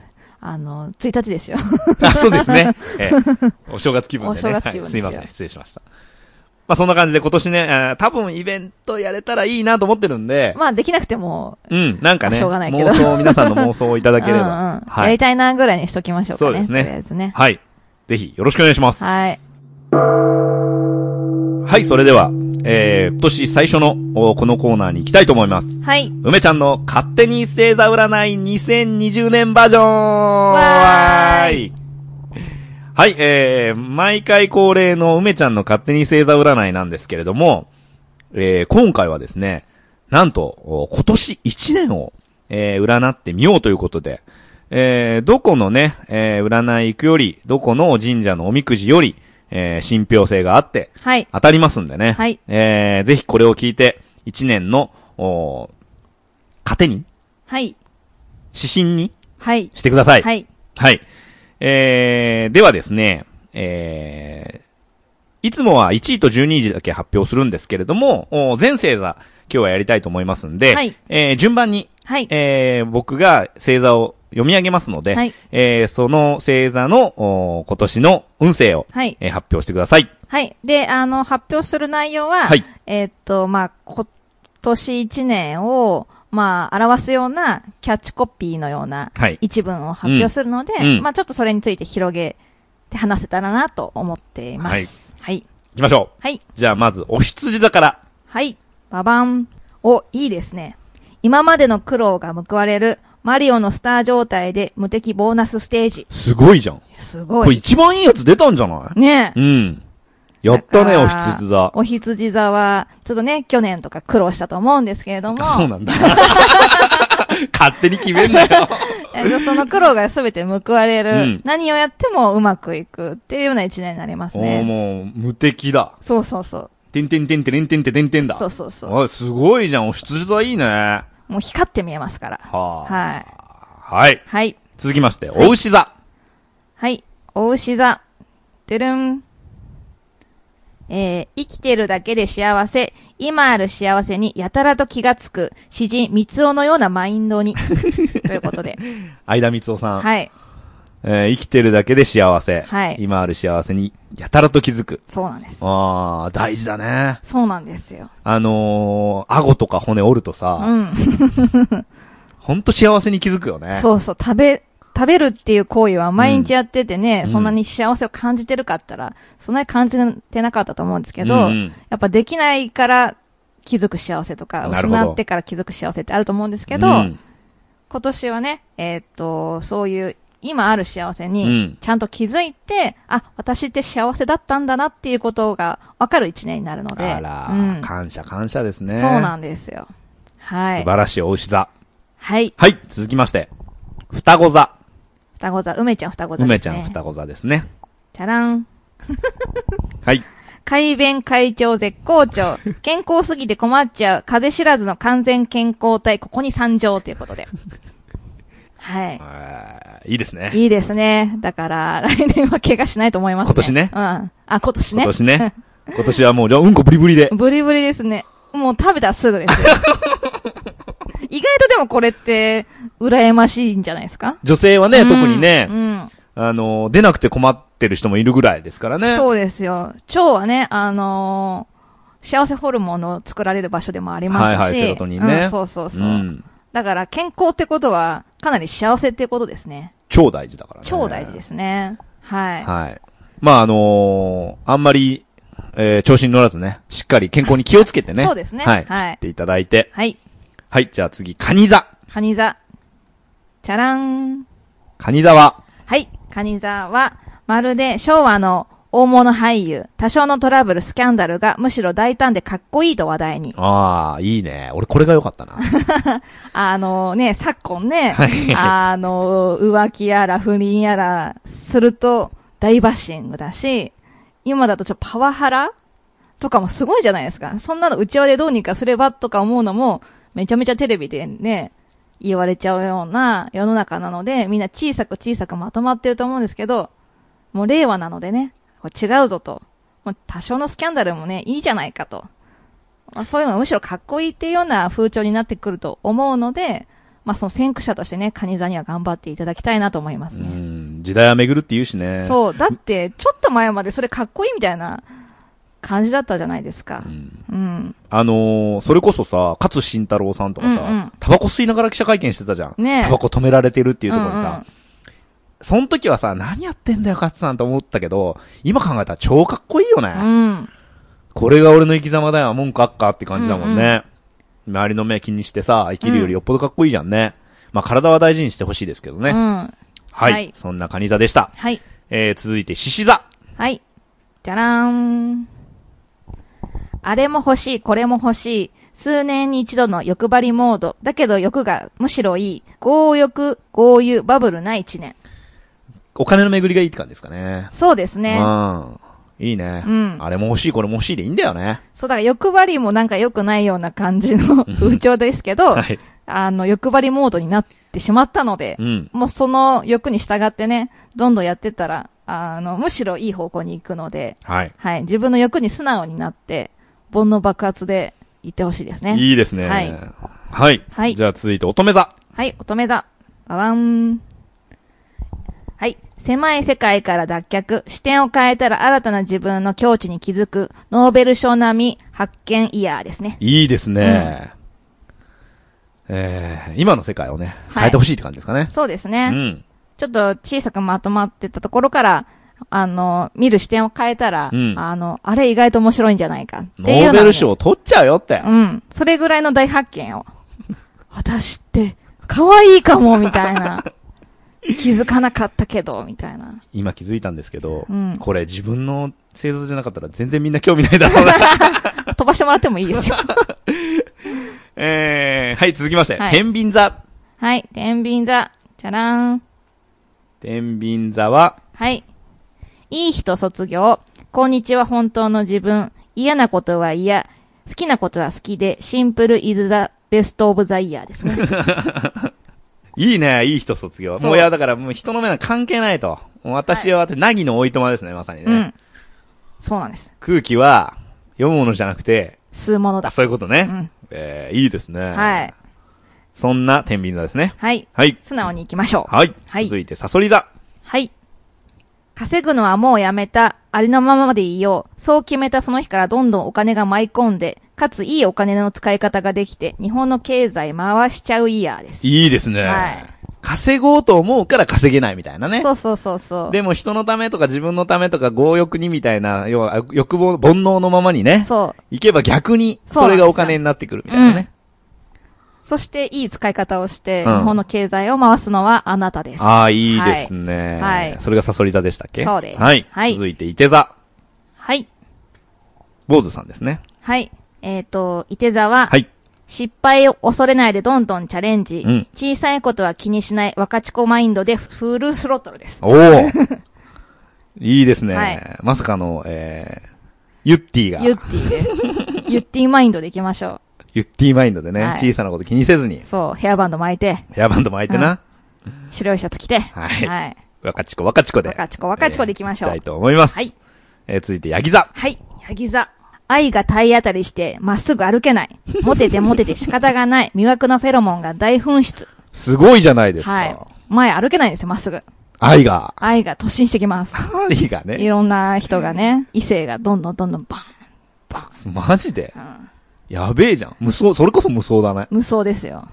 S2: あの、1日ですよ。
S1: あそうですね。
S2: (laughs)
S1: ええお正月気分でね。
S2: お正月気分
S1: はい
S2: です
S1: すい
S2: よ
S1: ません、失礼しました。まあそんな感じで今年ね、あー多分イベントやれたらいいなと思ってるんで、
S2: まあ、できなくても、
S1: うん、なんかね、
S2: しょうがないけど
S1: 妄想、皆さんの妄想をいただけれ
S2: うんう
S1: ば
S2: ん。
S1: は
S2: やり
S1: い。
S2: たいなぐらいにしときましょうかね。
S1: そうですね
S2: とりあえずね。
S1: はい。ぜひ、よろしくお願いします。
S2: はい。
S1: はい、それでは、えー、今年最初の、おこのコーナーに行きたいと思います。
S2: はい。
S1: 梅ちゃんの勝手に星座占い2020年バージョン
S2: わー
S1: いはい、えー、毎回恒例の梅ちゃんの勝手に星座占いなんですけれども、えー、今回はですね、なんと、お今年1年を、えー、占ってみようということで、えー、どこのね、えー、占い行くより、どこの神社のおみくじより、えー、信憑性があって、
S2: はい。
S1: 当たりますんでね。
S2: はい
S1: えー、ぜひこれを聞いて、一年の、おー糧に、
S2: はい。
S1: 指針に
S2: はい。
S1: してください。。
S2: はいい。
S1: はい。えー、ではですね、えー、いつもは1位と12位だけ発表するんですけれども、おー全星座、今日はやりたいと思いますんで、
S2: はい
S1: えー、順番に、
S2: はい。
S1: えー、僕が星座を読み上げますので、
S2: はい
S1: えー、その星座の、おー今年の運勢を、
S2: はい。
S1: えー発表してください。
S2: はい。で、あの、発表する内容は、
S1: はい
S2: えーっと、まあ、今年一年を、まあ、表すようなキャッチコピーのような
S1: はい。
S2: 一文を発表するので、
S1: うんうん
S2: まあ、ちょっとそれについて広げて話せたらなと思っています。はい。
S1: 行きましょう。
S2: はい。
S1: じゃあまず、お羊座から。
S2: はい。ババン。お、いいですね。今までの苦労が報われる、マリオのスター状態で無敵ボーナスステージ。
S1: すごいじゃん。
S2: す
S1: こ
S2: ご
S1: れ
S2: い。
S1: 一番いいやつ出たんじゃない
S2: ねえ。
S1: うん。やったね、
S2: だから
S1: お羊座。
S2: お羊座は、ちょっとね、去年とか苦労したと思うんですけれども、
S1: あそう
S2: (laughs)
S1: なんだ。勝手に決めんなよ。
S2: えっとその苦労が全て報われる、
S1: うん
S2: 何をやってもうまくいくっていうような一年になります
S1: おー
S2: ね。
S1: もう、無敵だ。
S2: そうそうそう。
S1: てんてんてんてんてんてんてんてんだ。
S2: そうそうそう。
S1: おいすごいじゃん、お羊座いいね。は
S2: もう光って見えますから。
S1: あ。
S2: はい。
S1: はい。
S2: はい。
S1: 続きまして、お牛座。
S2: はい。お牛座。てるん。えー生きてるだけで幸せ。今ある幸せにやたらと気がつく。詩人、三尾のようなマイ
S1: (laughs)
S2: ンドに。ということで。
S1: 相田光夫さん。
S2: はい。
S1: えー生きてるだけで幸せ。
S2: はい
S1: 今ある幸せに、やたらと気づく。
S2: そうなんです。
S1: ああ、大事だね。
S2: そうなんですよ。
S1: あのー、顎とか骨折ると
S2: う
S1: さ、
S2: ん。
S1: ほんと幸せに気づくよね。
S2: そうそう。食べ、食べるっていう行為は毎日やっててね、
S1: うん
S2: そんなに幸せを感じてるかったら、そんなに感じてなかったと思うんですけど、
S1: うんうん
S2: やっぱできないから気づく幸せとか、
S1: なるほど
S2: 失ってから気づく幸せってあると思うんですけど、
S1: うん
S2: 今年はね、えーっと、そういう今ある幸せ
S1: う
S2: に
S1: ん、
S2: ちゃんと気づいて、あ、私って幸せだったんだなっていうことがわかる一年になるので、
S1: あら、
S2: うん
S1: 感謝感謝ですね。
S2: そうなんですよ。は
S1: 素
S2: い。
S1: 晴らしいお牛座。
S2: はい。
S1: はい、続きまして。双子座。
S2: 双子座、梅ちゃん双子座ですね。
S1: 梅ちゃん双子座ですね。
S2: じゃらん。
S1: はい。
S2: 改弁会長絶
S1: (laughs)
S2: 好調。健康すぎて困っちゃう。風邪知らずの完全健康体、ここに参上ということで。はい。
S1: あーいいですね。
S2: いいですね。だから、来年は怪我しないと思いますね。
S1: 今年ね
S2: うん。あ、今年
S1: 今
S2: ね。
S1: 年ね。今年はもう、じゃあうんこブリブリで。
S2: ブリブリですね。もう食べたらすぐですよ。
S1: (laughs)
S2: 意外とでもこれって、羨ましいんじゃないですか
S1: 女性はね、
S2: うん
S1: 特にね
S2: う、ん。
S1: あのー、出なくて困ってる人もいるぐらいですからね。
S2: そうですよ。腸はね、あのー幸せホルモンの作られる場所でもありますし。
S1: はいはいセロトニンね
S2: うんそうそうそう。
S1: ん。
S2: だから健康ってことは、かなり幸せってことですね。
S1: 超大事だからね。
S2: 超大事ですね。はい。
S1: はい。まあ、あのーあんまり、えー調子に乗らずね、しっかり健康に気をつけてね。
S2: (laughs) そうですね
S1: はい。
S2: は
S1: 知
S2: い
S1: っていただいて。
S2: はい。
S1: はい、じゃあ次、カニ座。
S2: カニ座。チャラン。
S1: カニ座は、
S2: はい。カニ座は、まるで昭和の大物俳優、多少のトラブル、スキャンダルがむしろ大胆でかっこいいと話題に。
S1: ああ、いいね。俺これが良かったな。
S2: あのね、昨今ね、
S1: はい
S2: あの、浮気やら不倫やらすると大バッシングだし、今だとちょっとパワハラとかもすごいじゃないですか。そんなの内輪でどうにかすればとか思うのも、めちゃめちゃテレビでね、言われちゃうような世の中なので、みんな小さく小さくまとまってると思うんですけど、もう令和なのでね、こう違うぞと。もう多少のスキャンダルもね、いいじゃないかと。まあ、そういうのがむしろかっこいいっていうような風潮になってくると思うので、まあその先駆者としてね、カニ座には頑張っていただきたいなと思いま
S1: う
S2: すね。
S1: ん、時代は巡るって言うしね。う。
S2: そう。だって、ちょっと前までそれかっこいいみたいな感じだったじゃないですか。
S1: ん、
S2: うん。
S1: あのーそれこそさ、勝慎太郎さんとかさ、
S2: うんうん
S1: タバコ吸いながら記者会見してたじゃん。
S2: ねえ
S1: タバコ止められてるって
S2: て
S1: いうところにさ、その時はさ、何やってんだよ、勝さんと思ったけど、今考えたら超かっこいいよね。
S2: うん。
S1: これが俺の生き様だよ、文句あっかって感じだもんね。周りの目気にしてさ、生きるよりよっぽどかっこいいじゃんね。まあ体は大事にしてほしいですけどね。
S2: うん。
S1: はい、
S2: はい
S1: そんなカニ座でした。
S2: はい。
S1: えー、続いて獅子座。
S2: はい。じゃらーん。あれも欲しい、これも欲しい。数年に一度の欲張りモード。だけど欲がむしろいい。強欲、豪遊、バブルない一年。
S1: お金の巡りがいいって感じですかね。
S2: そうですね。
S1: うん。いいね。
S2: うん
S1: あれも欲しい、これも欲しいでいいんだよね。
S2: そう、だから欲張りもなんか良くないような感じの風潮ですけど、
S1: はい。
S2: あの、欲張りモードになってしまったので
S1: う、ん。
S2: もうその欲に従ってね、どんどんやってったら、あの、むしろいい方向に行くので、
S1: はい。
S2: はい、自分の欲に素直になって、煩悩爆発で行ってほしいですね。
S1: いいですね。
S2: はい
S1: はい。
S2: はい
S1: じゃあ続いて乙女座。
S2: はい、乙女座。わわん。はい。狭い世界から脱却。視点を変えたら新たな自分の境地に気づく。ノーベル賞並み発見イヤーですね。
S1: いいですね。えー、今の世界をね、
S2: はい
S1: 変えてほしいって感じですかね。
S2: そうですね。
S1: うん。
S2: ちょっと小さくまとまってたところから、あの、見る視点を変えたら、
S1: うん
S2: あの、あれ意外と面白いんじゃないかって
S1: ノ
S2: いうようなね
S1: ーベル賞取っちゃうよって。
S2: うん。それぐらいの大発見を。 (laughs) 私って、可愛いかも、みたい
S1: (laughs)
S2: な。気づかなかったけど、みたいな。
S1: 今気づいたんですけど、
S2: うん
S1: これ自分の星座じゃなかったら全然みんな興味ないだろうな。
S2: (laughs) 飛ばしてもらってもいいですよ。
S1: えー、はい、続きまして、
S2: はい
S1: 天秤座。
S2: はい。天秤座。じゃらん。
S1: 天秤座は、
S2: はい。いい人卒業。こんにちは本当の自分。嫌なことは嫌。
S1: (laughs)
S2: 好きなことは好きで、シンプルイズザベストオブザイヤーですね。
S1: いいね、いい人卒業。
S2: そう
S1: もういや、だからもう人の目なんか関係ないと。もう私は、なぎのおいとまですね、まさにね。
S2: うん。そうなんです。
S1: 空気は、読むものじゃなくて、
S2: 吸うものだ。
S1: そういうことね。
S2: うん
S1: えー、いいですね。
S2: はい。
S1: そんな天秤座ですね。
S2: はい。
S1: はい。
S2: 素直に行きましょう。
S1: はい。
S2: はい
S1: 続いて、サソリ座。
S2: はい。稼ぐのはもうやめた。ありのままでいいよう。そう決めたその日からどんどんお金が舞い込んで、かついいお金の使い方ができて、日本の経済回しちゃうイヤーです。
S1: いいですね。
S2: はい
S1: 稼ごうと思うから稼げないみたいなね。
S2: そうそうそうそう。
S1: でも人のためとか自分のためとか強欲にみたいな、要は欲望、煩悩のままにね、
S2: そう。
S1: 行けば逆に
S2: そう
S1: そ
S2: なん
S1: れ
S2: ですよ
S1: がお金になってくるみたいなね。
S2: そしていい使い方をして、
S1: うん
S2: 日本の経済を回すのはあなたです。
S1: ああ、いいですね。
S2: はいはい
S1: それがサソリ座でしたっけ
S2: そうです
S1: はい。
S2: はい
S1: 続いて、伊手座。
S2: はい。
S1: 坊主さんですね。
S2: はい。えっ、と、伊手座は、
S1: はい。
S2: 失敗を恐れないでどんどんチャレンジ。
S1: うん
S2: 小さいことは気にしない若ち子マインドでフルスロットルです。
S1: おお
S2: (laughs)
S1: いいですね。
S2: はい
S1: まさかの、えー、ユッティが、
S2: ユ
S1: ユ
S2: ッティで。
S1: (laughs)
S2: ユッティマインドでいきましょ
S1: ッティマインドでね、
S2: はい
S1: 小さなこと気にせずに
S2: う。、そう、ヘアバンド巻いて、
S1: ヘアバンド巻いてな、
S2: 白いシャツ着て。
S1: はい
S2: はい。
S1: 若ちこ若ちこで。
S2: 若ちこ若ちこでいきましょう
S1: えーいきたいと思います。
S2: はい。
S1: えー、続いて、ヤギ座。
S2: はい。ヤギ座。愛が体当たりして、まっすぐ歩けない。モテてモテて仕方がない。魅惑のフェロモンが大噴出。
S1: すごいじゃないですか。
S2: はい。前歩けないんですよ、まっすぐ。
S1: 愛が。
S2: 愛が突進してきます。
S1: 愛が
S2: い
S1: ね。
S2: ろんな人がね、異性がどんどんどんどんバン、バン。
S1: マジで、
S2: ん
S1: やべえじゃん。無双、それこそ無双だね。
S2: 無双ですよ。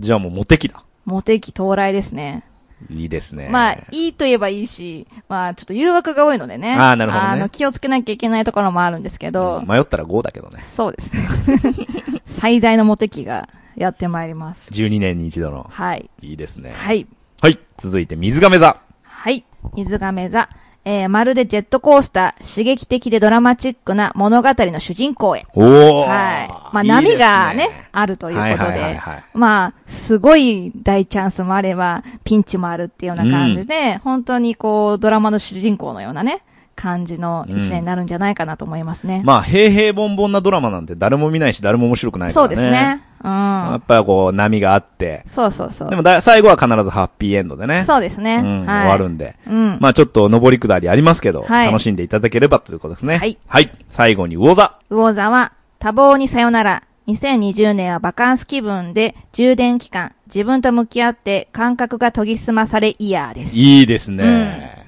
S1: じゃあもうモテ期だ。
S2: モテ期到来ですね。
S1: いいですね。
S2: まあ、いいと言えばいいし、まあ、ちょっと誘惑が多いのでね。
S1: あーなるほどね
S2: あの、気をつけなきゃいけないところもあるんですけど、
S1: うん迷ったら5だけどね。
S2: そうです (laughs) ね。最大のモテ期がやってまいります。
S1: 12年に一度の。
S2: はい。
S1: いいですね。
S2: はい。
S1: はい。続いて、水亀座。
S2: はい。水亀座。えー、まるでジェットコースター、刺激的でドラマチックな物語の主人公へ。
S1: お
S2: は
S1: お
S2: い。まあ、波がね、あるということで、
S1: はいはいはいはい
S2: まあ、すごい大チャンスもあれば、ピンチもあるっていうような感じで、本当にこう、ドラマの主人公のようなね、感じの一年になるんじゃないかなと思いますね。
S1: まあ、平平凡凡なドラマなんて誰も見ないし、誰も面白くないか
S2: そ
S1: ら
S2: う
S1: ね。
S2: ですね。う
S1: や
S2: ん
S1: っ。ぱこう、波があって。
S2: そうそうそう
S1: で。もだ、最後は必ずハッピーエンドでね。
S2: そうですね。
S1: うん、
S2: はい。
S1: 終わるんで。
S2: うん。
S1: まあちょっと上り下りありますけど、
S2: はい
S1: 楽しんでいただければということですね。
S2: はい。
S1: 最後に魚座。
S2: 魚座は、多忙にさよなら。2020年はバカンス気分で、充電期間、自分と向き合って、感覚が研ぎ澄まされイヤーです。
S1: いいですね。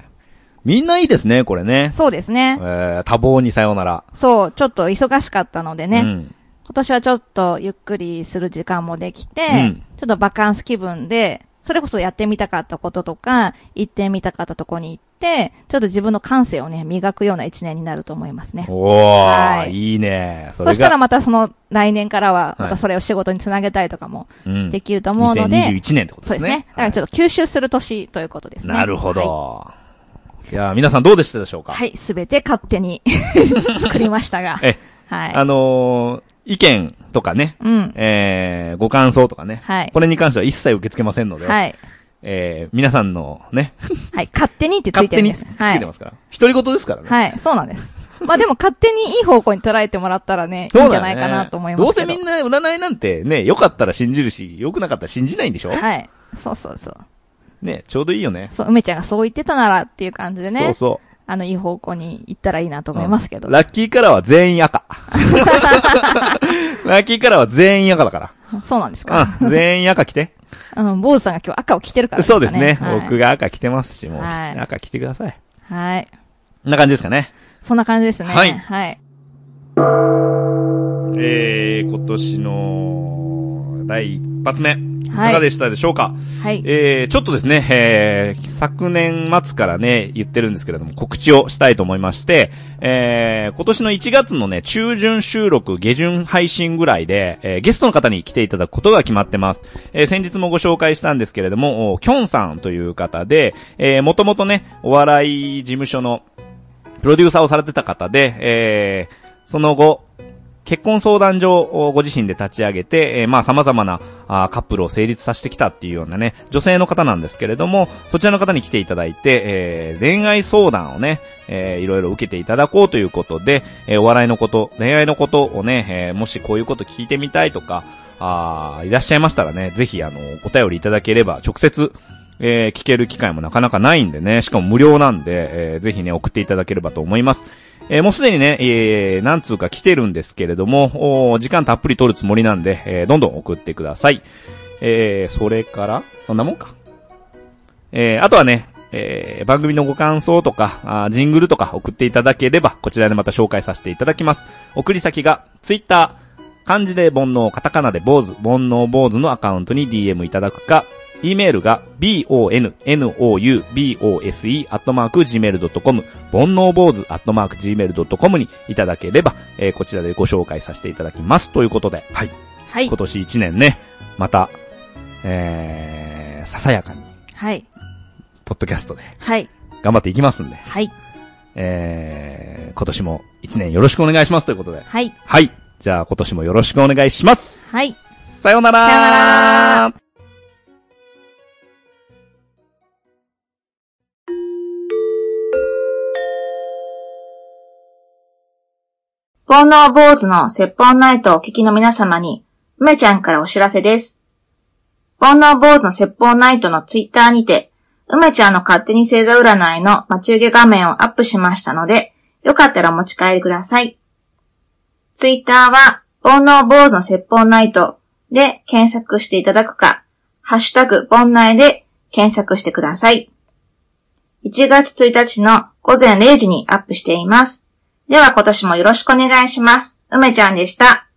S1: みんないいですね、これね。
S2: そうです
S1: え
S2: ね。
S1: ー、多忙にさようなら。
S2: そう、ちょっと忙しかったのでね。
S1: うん。
S2: 今年はちょっとゆっくりする時間もできて、
S1: うん
S2: ちょっとバカンス気分で、それこそやってみたかったこととか、行ってみたかったとこに行って、ちょっと自分の感性をね、磨くような一年になると思いますね。
S1: おー、、
S2: はいい
S1: いね。それ
S2: そ
S1: が
S2: したらまたその来年からは、
S1: はい
S2: またそれを仕事につなげたりとかも
S1: うん、
S2: できると思うので、
S1: 2021年ってこと
S2: そう
S1: で
S2: です
S1: す
S2: ね
S1: ね。。
S2: だからちょっと吸収する年ということですね。
S1: なるほ
S2: は
S1: ど。い、やー、皆さんどうでしたでしょうか
S2: い。はい、すべて勝手に (laughs) 作りましたが。
S1: え、
S2: は
S1: あ
S2: い。
S1: のー、意見とかね、
S2: うん。
S1: えー、ご感想とかね、
S2: はい
S1: これに関しては一切受け付けませんので、
S2: はい。
S1: えー、皆さんのね、
S2: はい。勝手にってつい
S1: 勝
S2: て
S1: 手
S2: るん
S1: に
S2: で
S1: つ
S2: す。
S1: いてますから。独り言ですからね。
S2: はい、そうなんです。まあでも勝手にいい方向に捉えてもらったらね、いいんじゃないかなと思いますけ
S1: そうだね
S2: ど。
S1: どうせみんな占いなんてね、良かったら信じるし、良くなかったら信じないんでしょ
S2: はい。そうそうそう。
S1: ね、ちょうどいいよね。
S2: そう、梅ちゃんがそう言ってたならっていう感じでね、
S1: そうそ
S2: あの、いい方向に行ったらいいなと
S1: う。
S2: 思いますけど。
S1: ラッキーカラーは全員赤。ラッキーカラーは全員赤だか。。
S2: (laughs) そうなんですか
S1: (laughs)
S2: ら
S1: うん、全員赤着て。
S2: うん、坊主さんが今日赤を着てるから
S1: そうですね、
S2: はい、
S1: 僕が赤着てますし、もう、
S2: はい
S1: 赤着てください。
S2: はい。
S1: こんな感じですかね。
S2: そんな感じですね。
S1: はい
S2: はい。
S1: えー、今年の第一発目、い
S2: はい
S1: かがでしたでしょうか、
S2: はい。
S1: えー、ちょっとですね、えー、昨年末からね、言ってるんですけれども、告知をしたいと思いまして、えー、今年の1月のね、中旬収録、下旬配信ぐらいで、えー、ゲストの方に来ていただくことが決まってます。えー、先日もご紹介したんですけれども、おキョンさんという方で、えー、もともとね、お笑い事務所の、プロデューサーをされてた方で、えー、その後、結婚相談所をご自身で立ち上げて、えーまあ様々なあーカップルを成立させてきたっていうようなね、女性の方なんですけれども、そちらの方に来ていただいて、えー恋愛相談をね、えーいろいろ受けていただこうということで、えーお笑いのこと、恋愛のことをね、えーもしこういうこと聞いてみたいとか、あーいらっしゃいましたらね、ぜひあの、お便りいただければ、直接、えー聞ける機会もなかなかないんでね、しかも無料なんで、えーぜひね、送っていただければと思います。えーもうすでにね、えー、何通か来てるんですけれども、おー時間たっぷり取るつもりなんで、えーどんどん送ってください。えーそれから、そんなもんか。えーあとはね、えー番組のご感想とか、あージングルとか送っていただければ、こちらでまた紹介させていただきます。送り先が、ツイッター、漢字で煩悩、カタカナで坊主、煩悩坊主のアカウントに DM いただくか、e メールが bonnoubose アットマーク gmail.com 煩悩坊主アットマーク gmail.com にいただければ、えーこちらでご紹介させていただきます。ということで、はい。
S4: はい
S1: 今。年1年ね、また、えー、ささやかに、
S4: はい。
S1: ポッドキャストで
S4: はい。
S1: 頑張っていきますんで、
S4: はい。
S1: えー、今年も1年よろしくお願いしますということで。
S4: はい。
S1: はい。じゃあ今年もよろしくお願いします。
S4: はい。
S1: さようなら
S4: さようなら
S2: 煩悩坊主の説法ナイトをお聞きの皆様に、梅ちゃんからお知らせです。煩悩坊主の説法ナイトのツイッターにて、梅ちゃんの勝手に星座占いの待ち受け画面をアップしましたので、よかったらお持ち帰りください。ツイッターは、煩悩坊主の説法ナイトで検索していただくか、ハッシュタグ、煩内で検索してください。1月1日の午前0時にアップしています。では今年もよろしくお願いします。梅ちゃんでした。